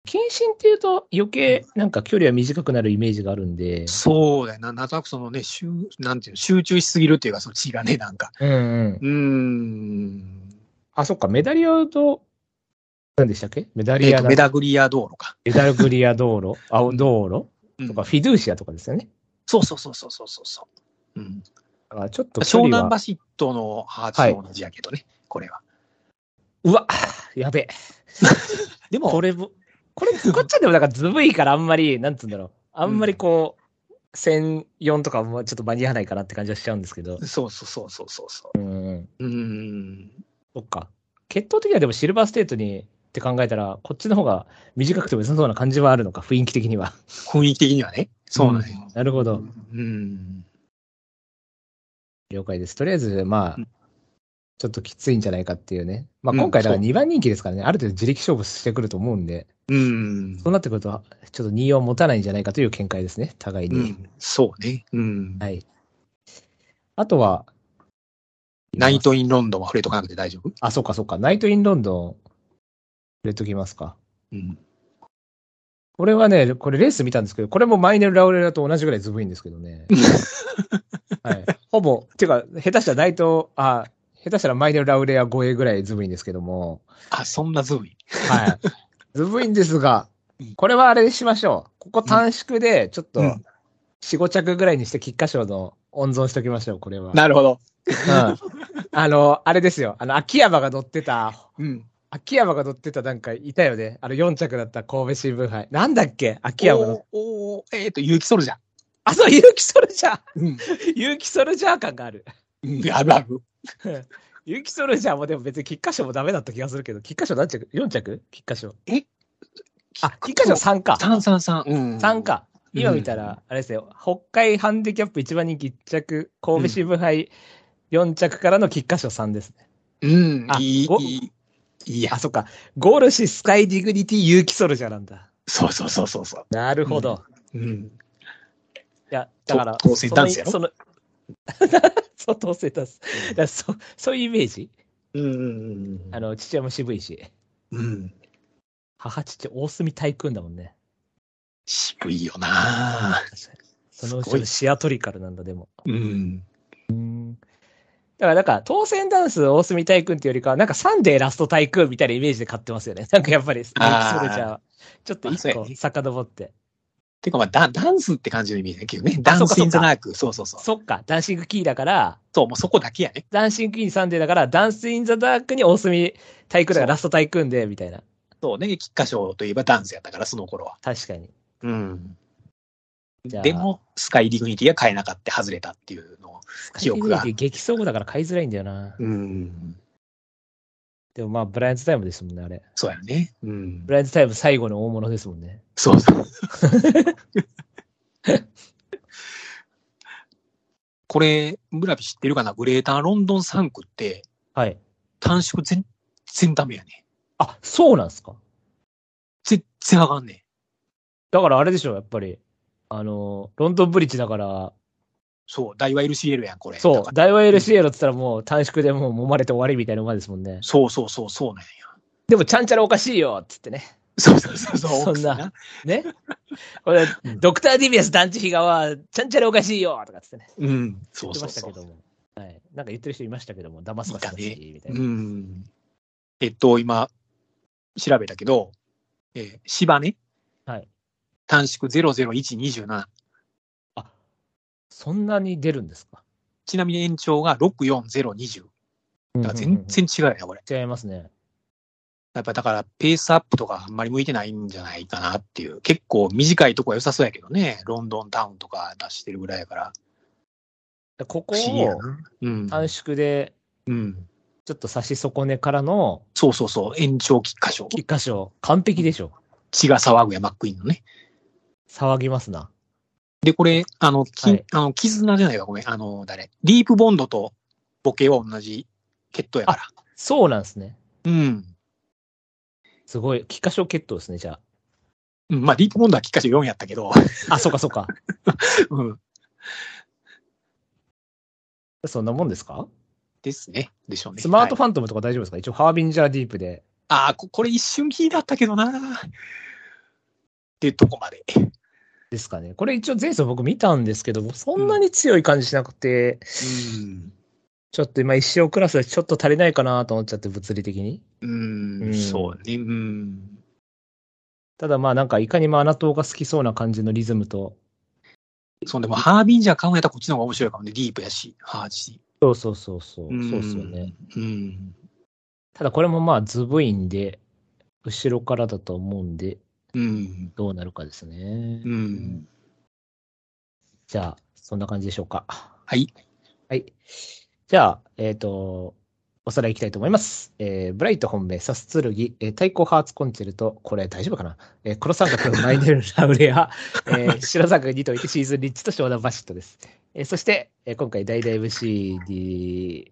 S3: 謹慎っていうと余計なんか距離は短くなるイメージがあるんで。
S4: そうだよな、なんとなくそのね、集、なんていうの、集中しすぎるっていうか、その血がね、なんか。
S3: うんうん
S4: う。ーん。
S3: あ、そっか、メダリアと、何でしたっけメダ
S4: え
S3: リ
S4: っ
S3: ア
S4: と、
S3: だ、
S4: メダグリア道路か。
S3: メダルグリア道路、 あ道路
S4: うん
S3: とか、フィドゥーシアとかですよね。
S4: そうそうそうそうそうそう。うん。
S3: だからちょっと距
S4: 湘
S3: 離
S4: 南
S3: は
S4: バ。シットのハーツと同じやけどね、これは。
S3: うわ、やべえ。
S4: でも、
S3: これも、これ、こっちはでもなんかずぶいからあんまり、なんつうんだろう。あんまりこう、1004とかもちょっと間に合わないかなって感じはしちゃうんですけど。
S4: そうそうそうそうそうそ
S3: うんうん。
S4: う。うーん。
S3: そっか。決闘的にはでもシルバーステートにって考えたら、こっちの方が短くても良さそうな感じはあるのか、雰囲気的には。
S4: 雰囲気的にはね。そうなんよ。
S3: なるほ
S4: う
S3: ど。
S4: ん。
S3: 了解です。とりあえず、まあ
S4: うん、
S3: ちょっときついんじゃないかっていうね。まあ
S4: うん
S3: 今回だから
S4: そう
S3: 2番人気ですからね、ある程度自力勝負してくると思うんで、
S4: うん。
S3: そうなってくると、ちょっと2を持たないんじゃないかという見解ですね、互いうに。
S4: ん、そうね。うん。
S3: はい。あとは、
S4: ナイト・イン・ロンドンは触れとかなくて大丈夫
S3: あ、そっかそっか。ナイト・イン・ロンドン、入れときますか。
S4: うん。
S3: これはね、これレース見たんですけど、これもマイネル・ラウレラと同じぐらいずぶいんですけど ね。はい。ほぼ、てか、下手したらナイト、あ、下手したらマイネル・ラウレラ5位ぐらいずぶいんですけども、
S4: あ、そんなズーイ。
S3: はい。ずぶいんですが
S4: うん、
S3: これはあれにしましょう。ここ短縮で、ちょっと、
S4: うん
S3: 4、5着ぐらいにして、菊花賞の温存しときましょう、これは。
S4: なるほど。
S3: うん。あの、あれですよ。あの、秋山が乗ってた、
S4: うん。
S3: 秋山が乗ってたなんかいたよね。あの4着だった神戸新聞杯。なんだっけ秋山が乗っ
S4: おーおーえっ、と、有機ソルジャー。
S3: あ、そう、結城ソルジャー。
S4: うん
S3: 結城ソルジャー感がある。
S4: うん。あるある。
S3: 結城ソルジャーもでも別に菊花賞もダメだった気がするけど、菊花賞何着 ?4 着菊花賞。
S4: え
S3: あ、菊花賞3か。
S4: 三三三。うん。
S3: 3。か。今見たら、あれですよ、北海ハンディキャップ一番人気1着、神戸新聞杯4着からの菊花賞3ですね。
S4: うん
S3: あ。
S4: いい
S3: お、
S4: いい。いいや
S3: あ、。そっか。ゴールシスカイディグニティ結城ソルジャーなんだ。
S4: そうそうそうそうそ
S3: なるほど。
S4: う。うん。
S3: いや、だから、
S4: と当選ダンスやろ
S3: その、その そう、当選ダンス。だからそそういうイメージ
S4: うんうん
S3: あの、父親も渋いし、
S4: うん。うん。
S3: 母父大隅大君だもんね。
S4: 渋いよな
S3: そのう
S4: すご
S3: ち
S4: い
S3: のシアトリカルなんだ、でも。
S4: うん。
S3: だから、なんか、当選ダンス大隅大君っていうよりかは、なんか、サンデーラスト大君みたいなイメージで買ってますよね。 なんか、やっぱり、それじ
S4: あー
S3: ゃあちょっと一
S4: まあそうや
S3: 個
S4: ね
S3: 遡って。
S4: てかまあダ、ダンスって感じのイメージだけどね。ダンスインザナーク。そうそうそう。
S3: そっか、ダンシングキーだから、
S4: そう、もうそこだけやね。
S3: ダンシングキーにサンデーだから、ダンスインザダークに大隅大君だから、ラスト大君で、みたいな。
S4: そうね。菊花賞といえばダンスやったから、その頃は。
S3: 確かに。
S4: うん。
S3: じゃあ
S4: でも、スカイディグニティが買えなかった、外れたっていうのを。記憶が
S3: スカイピー激走だから買いづらいんだよな。
S4: うん。
S3: でもまあ、ブライアンズタイムですもんね、あれ。
S4: そうやね。うん
S3: ブ。ライアンズタイム最後の大物ですもんね。
S4: そう そう。これ、村ピ知ってるかなグレーターロンドン3区って、
S3: はい。
S4: 短縮全然ダメやね。
S3: あ、そうなんですか。
S4: 全然あかんねん。
S3: だからあれでしょ、やっぱり。あの、ロンドンブリッジだから、
S4: そう、ダイワ LCL やん、これ。だ
S3: そ
S4: か
S3: う、
S4: ら
S3: ダイワ LCL って言ったらもう短縮でもう揉まれて終わりみたいな馬ですもんね。
S4: そうそうそう、そうなんや。
S3: でも、ちゃんちゃらおかしいよっつってね。
S4: そうそうそうそう。
S3: そんな ね。これ、ドクターディビアス団地比嘉は、ちゃんちゃらおかしいよとかっつってね。
S4: 奥さんな。うん、そ
S3: 言って
S4: うそ
S3: ま
S4: う
S3: した
S4: そ
S3: け
S4: う。
S3: ども。はい。なんか言ってる人いましたけども、騙すかしいみたいな。
S4: うん。えっと、今、調べたけど、えー、芝ね。
S3: はい。
S4: 短縮00127。
S3: そんなに出るんですか
S4: ちなみに延長が64020。だから全然違うよね、これ。
S3: 違いますね。
S4: やっぱだから、ペースアップとかあんまり向いてないんじゃないかなっていう。結構短いとこは良さそうやけどね。ロンドンタウンとか出してるぐらいやから。
S3: ここ
S4: 不思議や
S3: を
S4: な。うん。
S3: 短縮で、
S4: うん。
S3: ちょっと差し損ねからの
S4: そうそうそう。延長喫箇所。
S3: 一箇所、完璧でしょ。
S4: 血が騒ぐや、マックイーンのね。
S3: 騒ぎますな。
S4: で、これ、あの、き
S3: はい
S4: あの絆じゃないわ、ごめん。あの、誰ディープボンドとボケは同じ血統やから。
S3: そうなんですね。
S4: うん。
S3: すごい。菊花賞決闘ですね、じゃ
S4: うん、まあ、ディープボンドは喫箇所4やったけど。
S3: あ。あ、そうかそうか。
S4: うん。
S3: そんなもんですか
S4: ですね。でしょうね。
S3: スマート
S4: フォン。
S3: ファントムとか大丈夫ですか一応、ハービンジャーディープで。
S4: ああ、ここれ一瞬キーだったけどな。っていうとこまで。
S3: ですかね。これ一応前走僕見たんですけど、そんなに強い感じしなくて、
S4: うん。
S3: ちょっと今一生クラスでちょっと足りないかなと思っちゃって、物理的に。
S4: うん、
S3: うん
S4: そうね。うん。
S3: ただまあなんかいかにもアナトーが好きそうな感じのリズムと。
S4: そうでも、ハービンジャー考えたらこっちの方が面白いかもね。ディープやし、ハージ。
S3: そうそうそうそう。
S4: ん
S3: そうですよね。。
S4: うん。
S3: ただこれもまあズブインで、後ろからだと思うんで、
S4: うん。
S3: どうなるかですね。
S4: うん。
S3: じゃあ、そんな感じでしょうか。
S4: はい。
S3: はい。じゃあ、えっ、と、おさらいいきたいと思います。えー、ブライト本命、サスツルギ、えー、太鼓ハーツコンチェルト、これ大丈夫かなえー、黒三角のマイネル・ラウレア、 えー、白三角にといてシーズンリッチとショーダ・バシットです。えー、そして、えー、今回、大々 MC に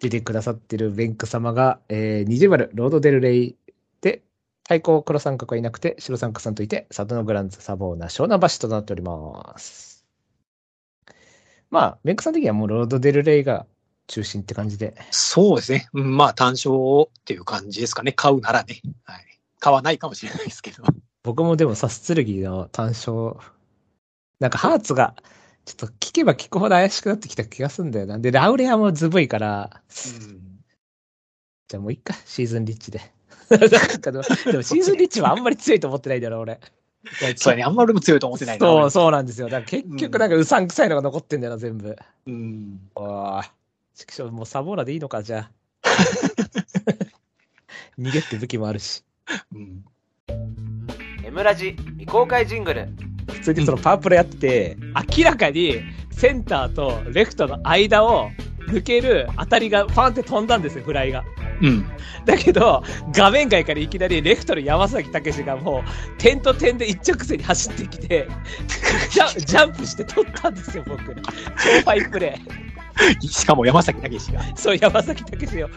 S3: 出てくださってるベンク様が、えー、二重丸、ロード・デル・レイで、太鼓黒三角はいなくて、白三角さんといて、サドノ・グランズ、サボーナ、ショーナ・バシットとなっております。まあ、メイクさん的にはもうロード・デル・レイが中心って感じで。
S4: そうですね。うんまあ、単勝っていう感じですかね。買うならね。はい。買わないかもしれないですけど。
S3: 僕もでも、サス剣の単勝、なんかハーツが、ちょっと聞けば聞くほど怪しくなってきた気がするんだよな。で、ラウレアもずぶいから、じゃあもういっか、シーズンリッ チで。なんかでもでもシーズンリッチはあんまり強いと思ってないんだよな、俺。
S4: そうやね。あんまりも強いと思ってないな。
S3: そう、
S4: 俺
S3: そうなんですよ。だから結局なんかうさんくさいのが残ってんだよな、全部。
S4: うん。
S3: ちくしょうもうサボーラでいいのか、じゃ あ。逃げって武器もあるし。
S4: うん。
S6: エムラジ未公開ジングル
S3: 普通にそのパープルやってて、明らかにセンターとレフトの間を抜ける当たりがパンって飛んだんですよ、フライが。
S4: うん。
S3: だけど、画面外からいきなりレフトの山崎武がもう点と点で一直線に走ってきて、ジャジャンプして取ったんですよ、僕。超ファイプレー。
S4: しかも山崎武史が。
S3: そう、山崎武よ。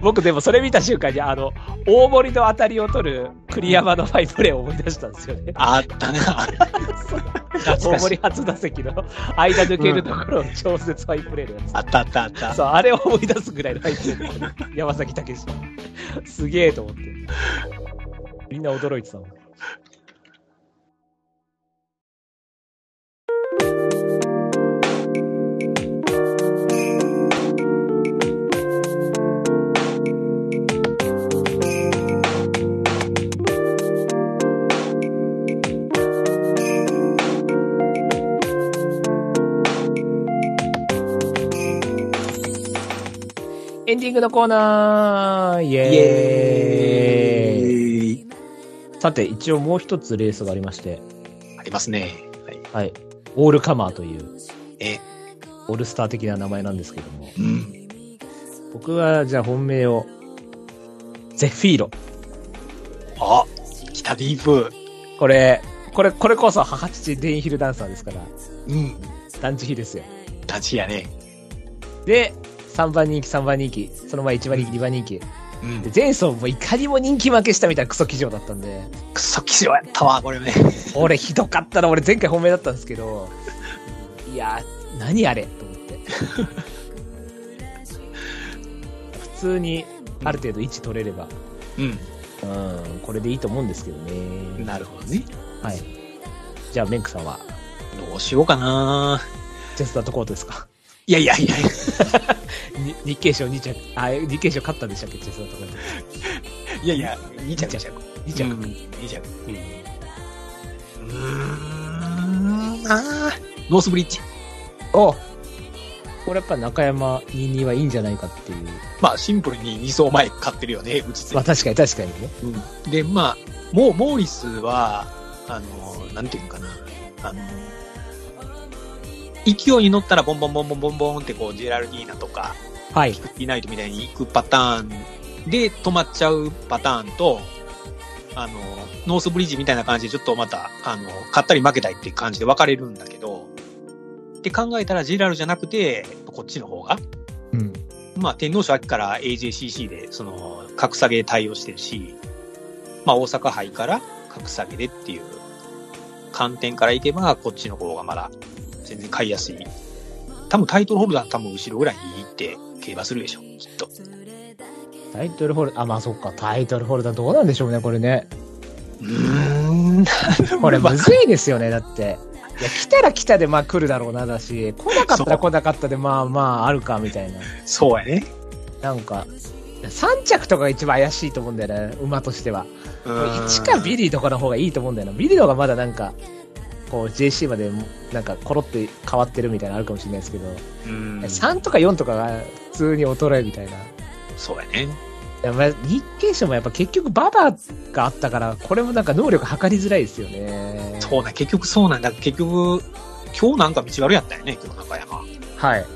S3: 僕でもそれ見た瞬間に、あの、大森の当たりを取る栗山のファイプレーを思い出したんですよね。
S4: あったな。懐
S3: 大
S4: かし
S3: 森
S4: い。
S3: 初打席の間抜けるところを超絶ファインプレーのやつ。
S4: あったあったあった。
S3: そう、あれを思い出すぐらいのファインプレーだったね山崎武史。すげえと思って。みんな驚いてたもん。エンディングのコーナーイ
S4: イ
S3: エーイ
S4: ーイ
S3: さて、一応もう一つレースがありまして、
S4: ありますね。はい
S3: はい。オールカマーという、
S4: え、
S3: オールスター的な名前なんですけども、
S4: うん。
S3: 僕はじゃあ本命を、ゼフィーロ。
S4: あ、北ディープ。
S3: これ、これ、これこそ母父デインヒルダンサーですから、
S4: うん。
S3: 団地比ですよ。
S4: 立ちやね。
S3: で、3番人気、3番人気、その前1番人気、2番人気。で
S4: うん。
S3: 前走もいかにも人気負けしたみたいなクソ騎乗だったんで、
S4: クソ騎乗やったわ、これね。
S3: 俺ひどかったな、俺前回本命だったんですけど、いやー、何あれと思って。普通に、ある程度位置取れれば、
S4: う
S3: うん、これでいいと思うんですけどね。
S4: なるほどね。
S3: はい。じゃあ、メンクさんは、
S4: どうしようかな。
S3: ジェスタートコートですか
S4: いやいやいやいや。
S3: に日経賞2着、あ、日経賞勝ったんでしたっけチェスタートコート。
S4: いやいや、2着、2着。
S3: 2着。
S4: うん、2着。うん。うーん、あーノースブリッジ。
S3: おこれやっぱ中山22はいいんじゃないかっていう。
S4: まあ、シンプルに2走前買ってるよね、うち
S3: まあ確かに確かにね。
S4: うんで、まあ、もうモーリスは、あの、なんていうのかな、あの、勢いに乗ったらボンボンボンボンボンボンってこう、ジェラルディーナとか、
S3: はい。
S4: いないとみたいに行くパターンで止まっちゃうパターンと、あの、ノースブリッジみたいな感じでちょっとまた、あの、勝ったり負けたりっていう感じで分かれるんだけど、って考えたらジェラルじゃなくて、こっちの方が、
S3: うん。
S4: まあ、天皇賞秋から AJCC で、その、格下げで対応してるし、まあ、大阪杯から格下げでっていう観点からいけば、こっちの方がまだ全然買いやすい。多分タイトルホルダー多分後ろぐらいに行って競馬するでしょ、きっと。
S3: タイトルホルダー、あ、まあそっか、タイトルホルダーどうなんでしょうね、これ ね。
S4: う ーん、
S3: これ
S4: まあ
S3: むずいですよね、だって。いや、来たら来たで、まあ来るだろうな、だし、来なかった
S4: そう
S3: ら来なかったで、まあまああるか、みたいな。
S4: そうやね。
S3: なんか、3着とかが一番怪しいと思うんだよね、馬としては。1かビ
S4: リ
S3: リーとかの方がいいと思うんだよな。ビリーの方がまだなんか、こう JC までなんかコロって変わってるみたいなのあるかもしれないですけど、
S4: うん、
S3: 3とか4とかが普通に衰えみたいな。
S4: そうやね。
S3: いやまあ、日経賞もやっぱ結局ババがあったから、これもなんか能力測りづらいですよね。
S4: そうなん、結局そうなんだ。結局、今日なんか道悪やったよね、今日中山。
S3: はい。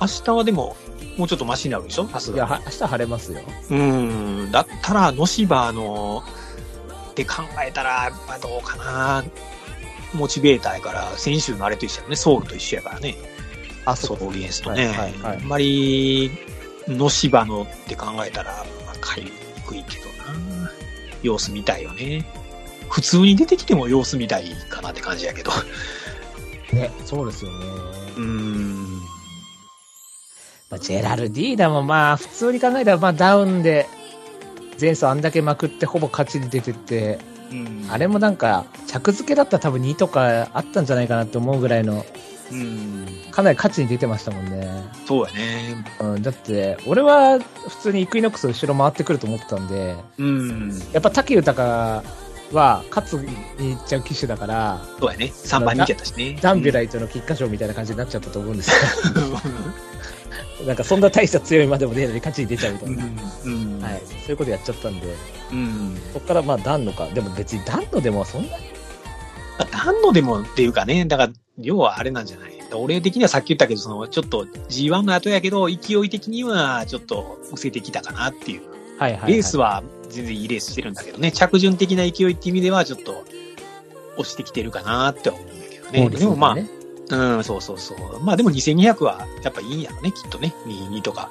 S4: 明日はでも、もうちょっとマシになるでしょさす
S3: い
S4: が
S3: や、
S4: に
S3: は明日晴れますよ。
S4: うーん、だったら、ノシバの、って考えたら、やっぱどうかな。モチベーターやから、先週のあれと一緒やね、ソウルと一緒やからね、
S3: あ、
S4: ソウルオリエンスと
S3: は
S4: ね
S3: いはい。はい
S4: あんまり、ノシバのって考えたら、まあ、買いにくいけどな。様子見たいよね。普通に出てきても様子見たいかなって感じやけど。
S3: ね、そうですよね。
S4: うーん。
S3: まあ、ジェラルディーナもまあ、普通に考えたらまあダウンで、前走あんだけまくってほぼ勝ちに出てって、
S4: うん
S3: あれもなんか、着付けだったら多分2とかあったんじゃないかなって思うぐらいの、
S4: うん。
S3: かなり勝ちに出てましたもんね。
S4: そうやね。
S3: うん、だって、俺は普通にイクイノックス後ろ回ってくると思ってたんで、
S4: うん。
S3: やっぱ武豊は勝つにいっちゃう機種だから、
S4: そうやね。3番人気やったしね。
S3: ダンビュライトの菊花賞みたいな感じになっちゃったと思うんですよ。
S4: うん
S3: なんかそんな大した強いまでもねえのに勝ちに出ちゃうみたいな。
S4: うん
S3: はい、そういうことやっちゃったんで、
S4: うん。
S3: そこからまあ、ダンのか、でも別にダンのでもそんなに、
S4: まあ何のでもっていうかね、だから、要はあれなんじゃない俺的にはさっき言ったけど、その、ちょっと G1 の後やけど、勢い的にはちょっと伏せてきたかなっていう。
S3: はいはい、はい。
S4: レースは全然いいレースしてるんだけどね、着順的な勢いっていう意味ではちょっと押してきてるかなって思うんだけどね。
S3: そう
S4: です
S3: よ
S4: もまあ、うん、そうそうそう。まあでも2200はやっぱいいんやろね、きっとね。22とか、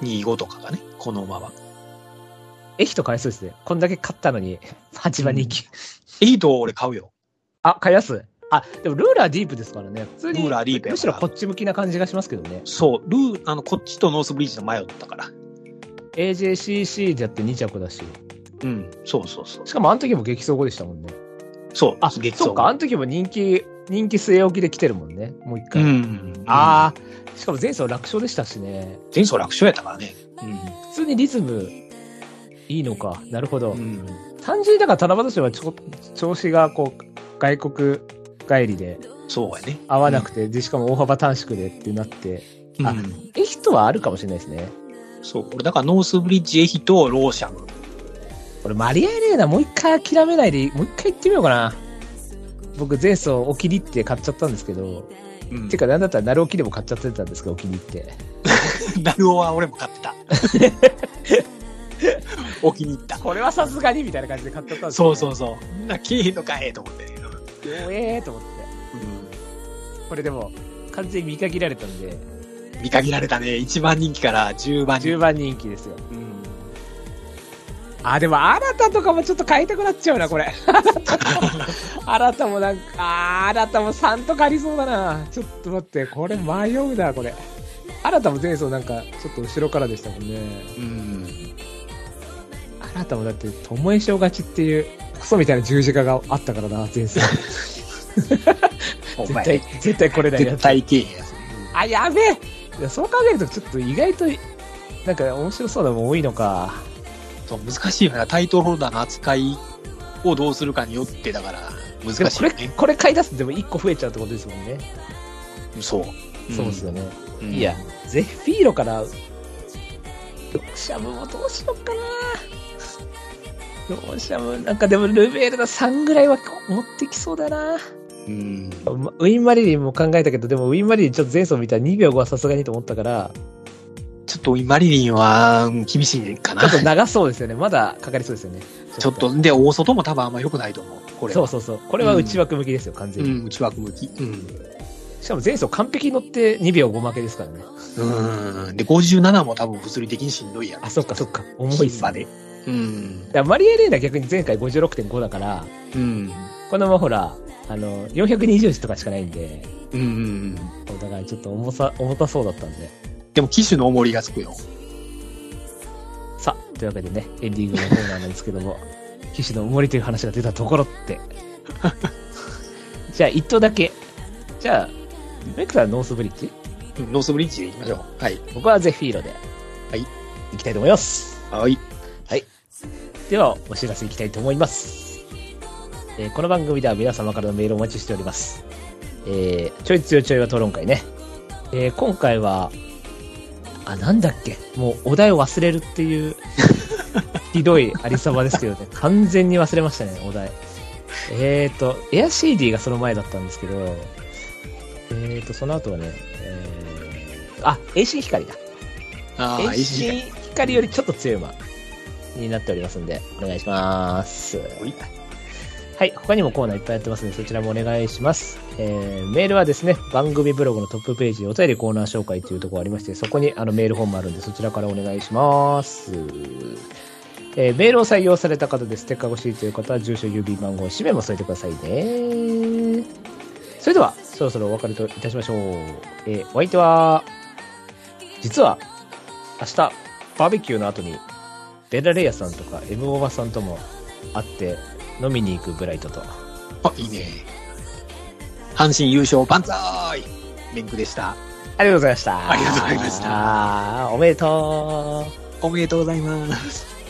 S4: 25とかがね、この馬は。
S3: 駅とかわいそうですね。こんだけ勝ったのに、8番人気。
S4: 8を俺買うよ。
S3: あ、買いやすあ、でもルーラーディープですからね。普通に。
S4: ルーラーディープやから
S3: むしろこっち向きな感じがしますけどね。
S4: そう、ルー、あの、こっちとノースブリッジの迷ったから。
S3: AJCC だって2着だし。
S4: うん、そうそうそう。
S3: しかもあの時も激走後でしたもんね。
S4: そう、
S3: あ、
S4: 激走
S3: そうか。あの時も人気、人気据え置きで来てるもんね。もう一
S4: う
S3: 回。
S4: ん。ああ、
S3: ああ、しかも前走楽勝でしたしね。
S4: 前走楽勝やったからね。う
S3: 普通にリズム、いいのか。なるほど。
S4: ん。
S3: 単純にだから七夕賞はちょ調子がこう、外国帰りで
S4: そうやね。
S3: 合わなくて、で、しかも大幅短縮でってなって、
S4: うん
S3: あエヒトはあるかもしれないですね。
S4: そう、俺だからノースブリッジエヒとローシャム。
S3: 俺、マリアエレーナもう一回諦めないで、もう一回行ってみようかな。僕、前走お気に入って買っちゃったんですけど、
S4: うん
S3: てか、なんだったら、ナルオキでも買っちゃってたんですけど、お気に入って。
S4: ナルオは俺も買って た。お気に入った。
S3: これはさすがにみたいな感じで買っちゃったんです。
S4: そうそううそう。みんな消えへんのかえと思って。う
S3: ええーと思って。これでも、完全に見限られたんで、
S4: ん見限られたね。1番人気から10番人
S3: 10番人気ですよ。
S4: 気。うん
S3: あ、でも、新たとかもちょっと買いたくなっちゃうな、こ れ。新たもなんか、あー新たも3とかありそうだな。ちょっと待って、これ迷うな、これ。新たも前走なんか、ちょっと後ろからでしたもんね。
S4: うん。
S3: あなたもだって、巴賞勝ちっていう、クソみたいな十字架があったからな、前世。
S4: お
S3: 絶
S4: 前、
S3: 対、絶対これだよ
S4: 絶。対消えへんやつ。
S3: あ、やべえいやそう考えると、ちょっと意外と、なんか面白そうなもん多いのか。
S4: そう難しいよなタイトルホルダーの扱いをどうするかによってだから
S3: で
S4: 難
S3: も
S4: し
S3: こ
S4: いよ
S3: れ、
S4: ね
S3: これ買い出すとでも1個増えちゃうってことですもんね。
S4: そう、
S3: そうですよね。いや、ゼフィーロから、読者部もどうしよっかな。読者部、なんかでもルベールの3ぐらいは持ってきそうだな。
S7: うん。
S3: まウィン・マリリンも考えたけど、でもウィン・マリリンちょっと前走見たら2秒5はさすがにと思ったから、
S4: ちょっとマリリンはうん厳しいかな。
S3: ちょっと長そうですよね。まだかかりそうですよね。
S4: ちょっと、で、大外も多分あんま良くないと思う。これ
S3: そ
S4: は。
S3: うそうそう。これは内枠向きですよ、完全
S4: う
S3: に。
S4: ん、内枠向き。うん。
S3: しかも前走完璧に乗って2秒5負けですからね。
S4: うん。で、57も多分物理的にしんどいやろ
S3: あ、そっかそっか。重いっす、
S4: 牝馬
S3: ね。
S4: で。うん。
S3: だからマリエレーナ逆に前回56.5だから、
S4: うん。
S3: このままほら、あの、420字とかしかないんで、
S4: うんうん。
S3: だからちょっと重さ、重たそうだったんで。
S4: でも、機種の重りがつくよ。
S3: さあ、というわけでね、エンディングのコーナーなんですけども、 騎士の森という話が出たところって。 じゃあ、一頭だけ。じゃあ、メクさんはノースブリッジ
S4: うんノースブリッジでいきましょう。はい。
S3: 僕はゼフィーロで。
S4: はい。
S3: 行きたいと思います。
S4: はい。
S3: ではお知らせいきたいと思います、えーこの番組では皆様からのメールをお待ちしておりますえー、ちょい強いちょいは討論会ね、えー今回はあなんだっけもうお題を忘れるっていうひどいありさまですけどね完全に忘れましたねお題えーとエアシーディがその前だったんですけどえーとその後はね、えー、あ AC 光だ
S4: ああ、
S3: 遠
S4: AC
S3: 心光よりちょっと強い馬になっておりますんで、お願いします。
S4: い
S3: はい、他にもコーナーいっぱいやってますので、そちらもお願いします。えー、メールはですね、番組ブログのトップページ、お便りコーナー紹介というところありまして、そこにあのメールフォームあるんで、そちらからお願いします。えーメールを採用された方でステッカー欲しいという方は、住所、郵便番号、氏名も添えてくださいね。それでは、そろそろお別れといたしましょう。えーお相手は、実は、明日バーベキューの後にベラレイヤさんとかエムボバさんとも会って飲みに行くブライトと
S4: あ、いいね。阪神優勝万歳メンクでした。
S3: ありがとうございました
S4: ありがとうございました
S3: あーおめでとう
S4: おめでとうございます。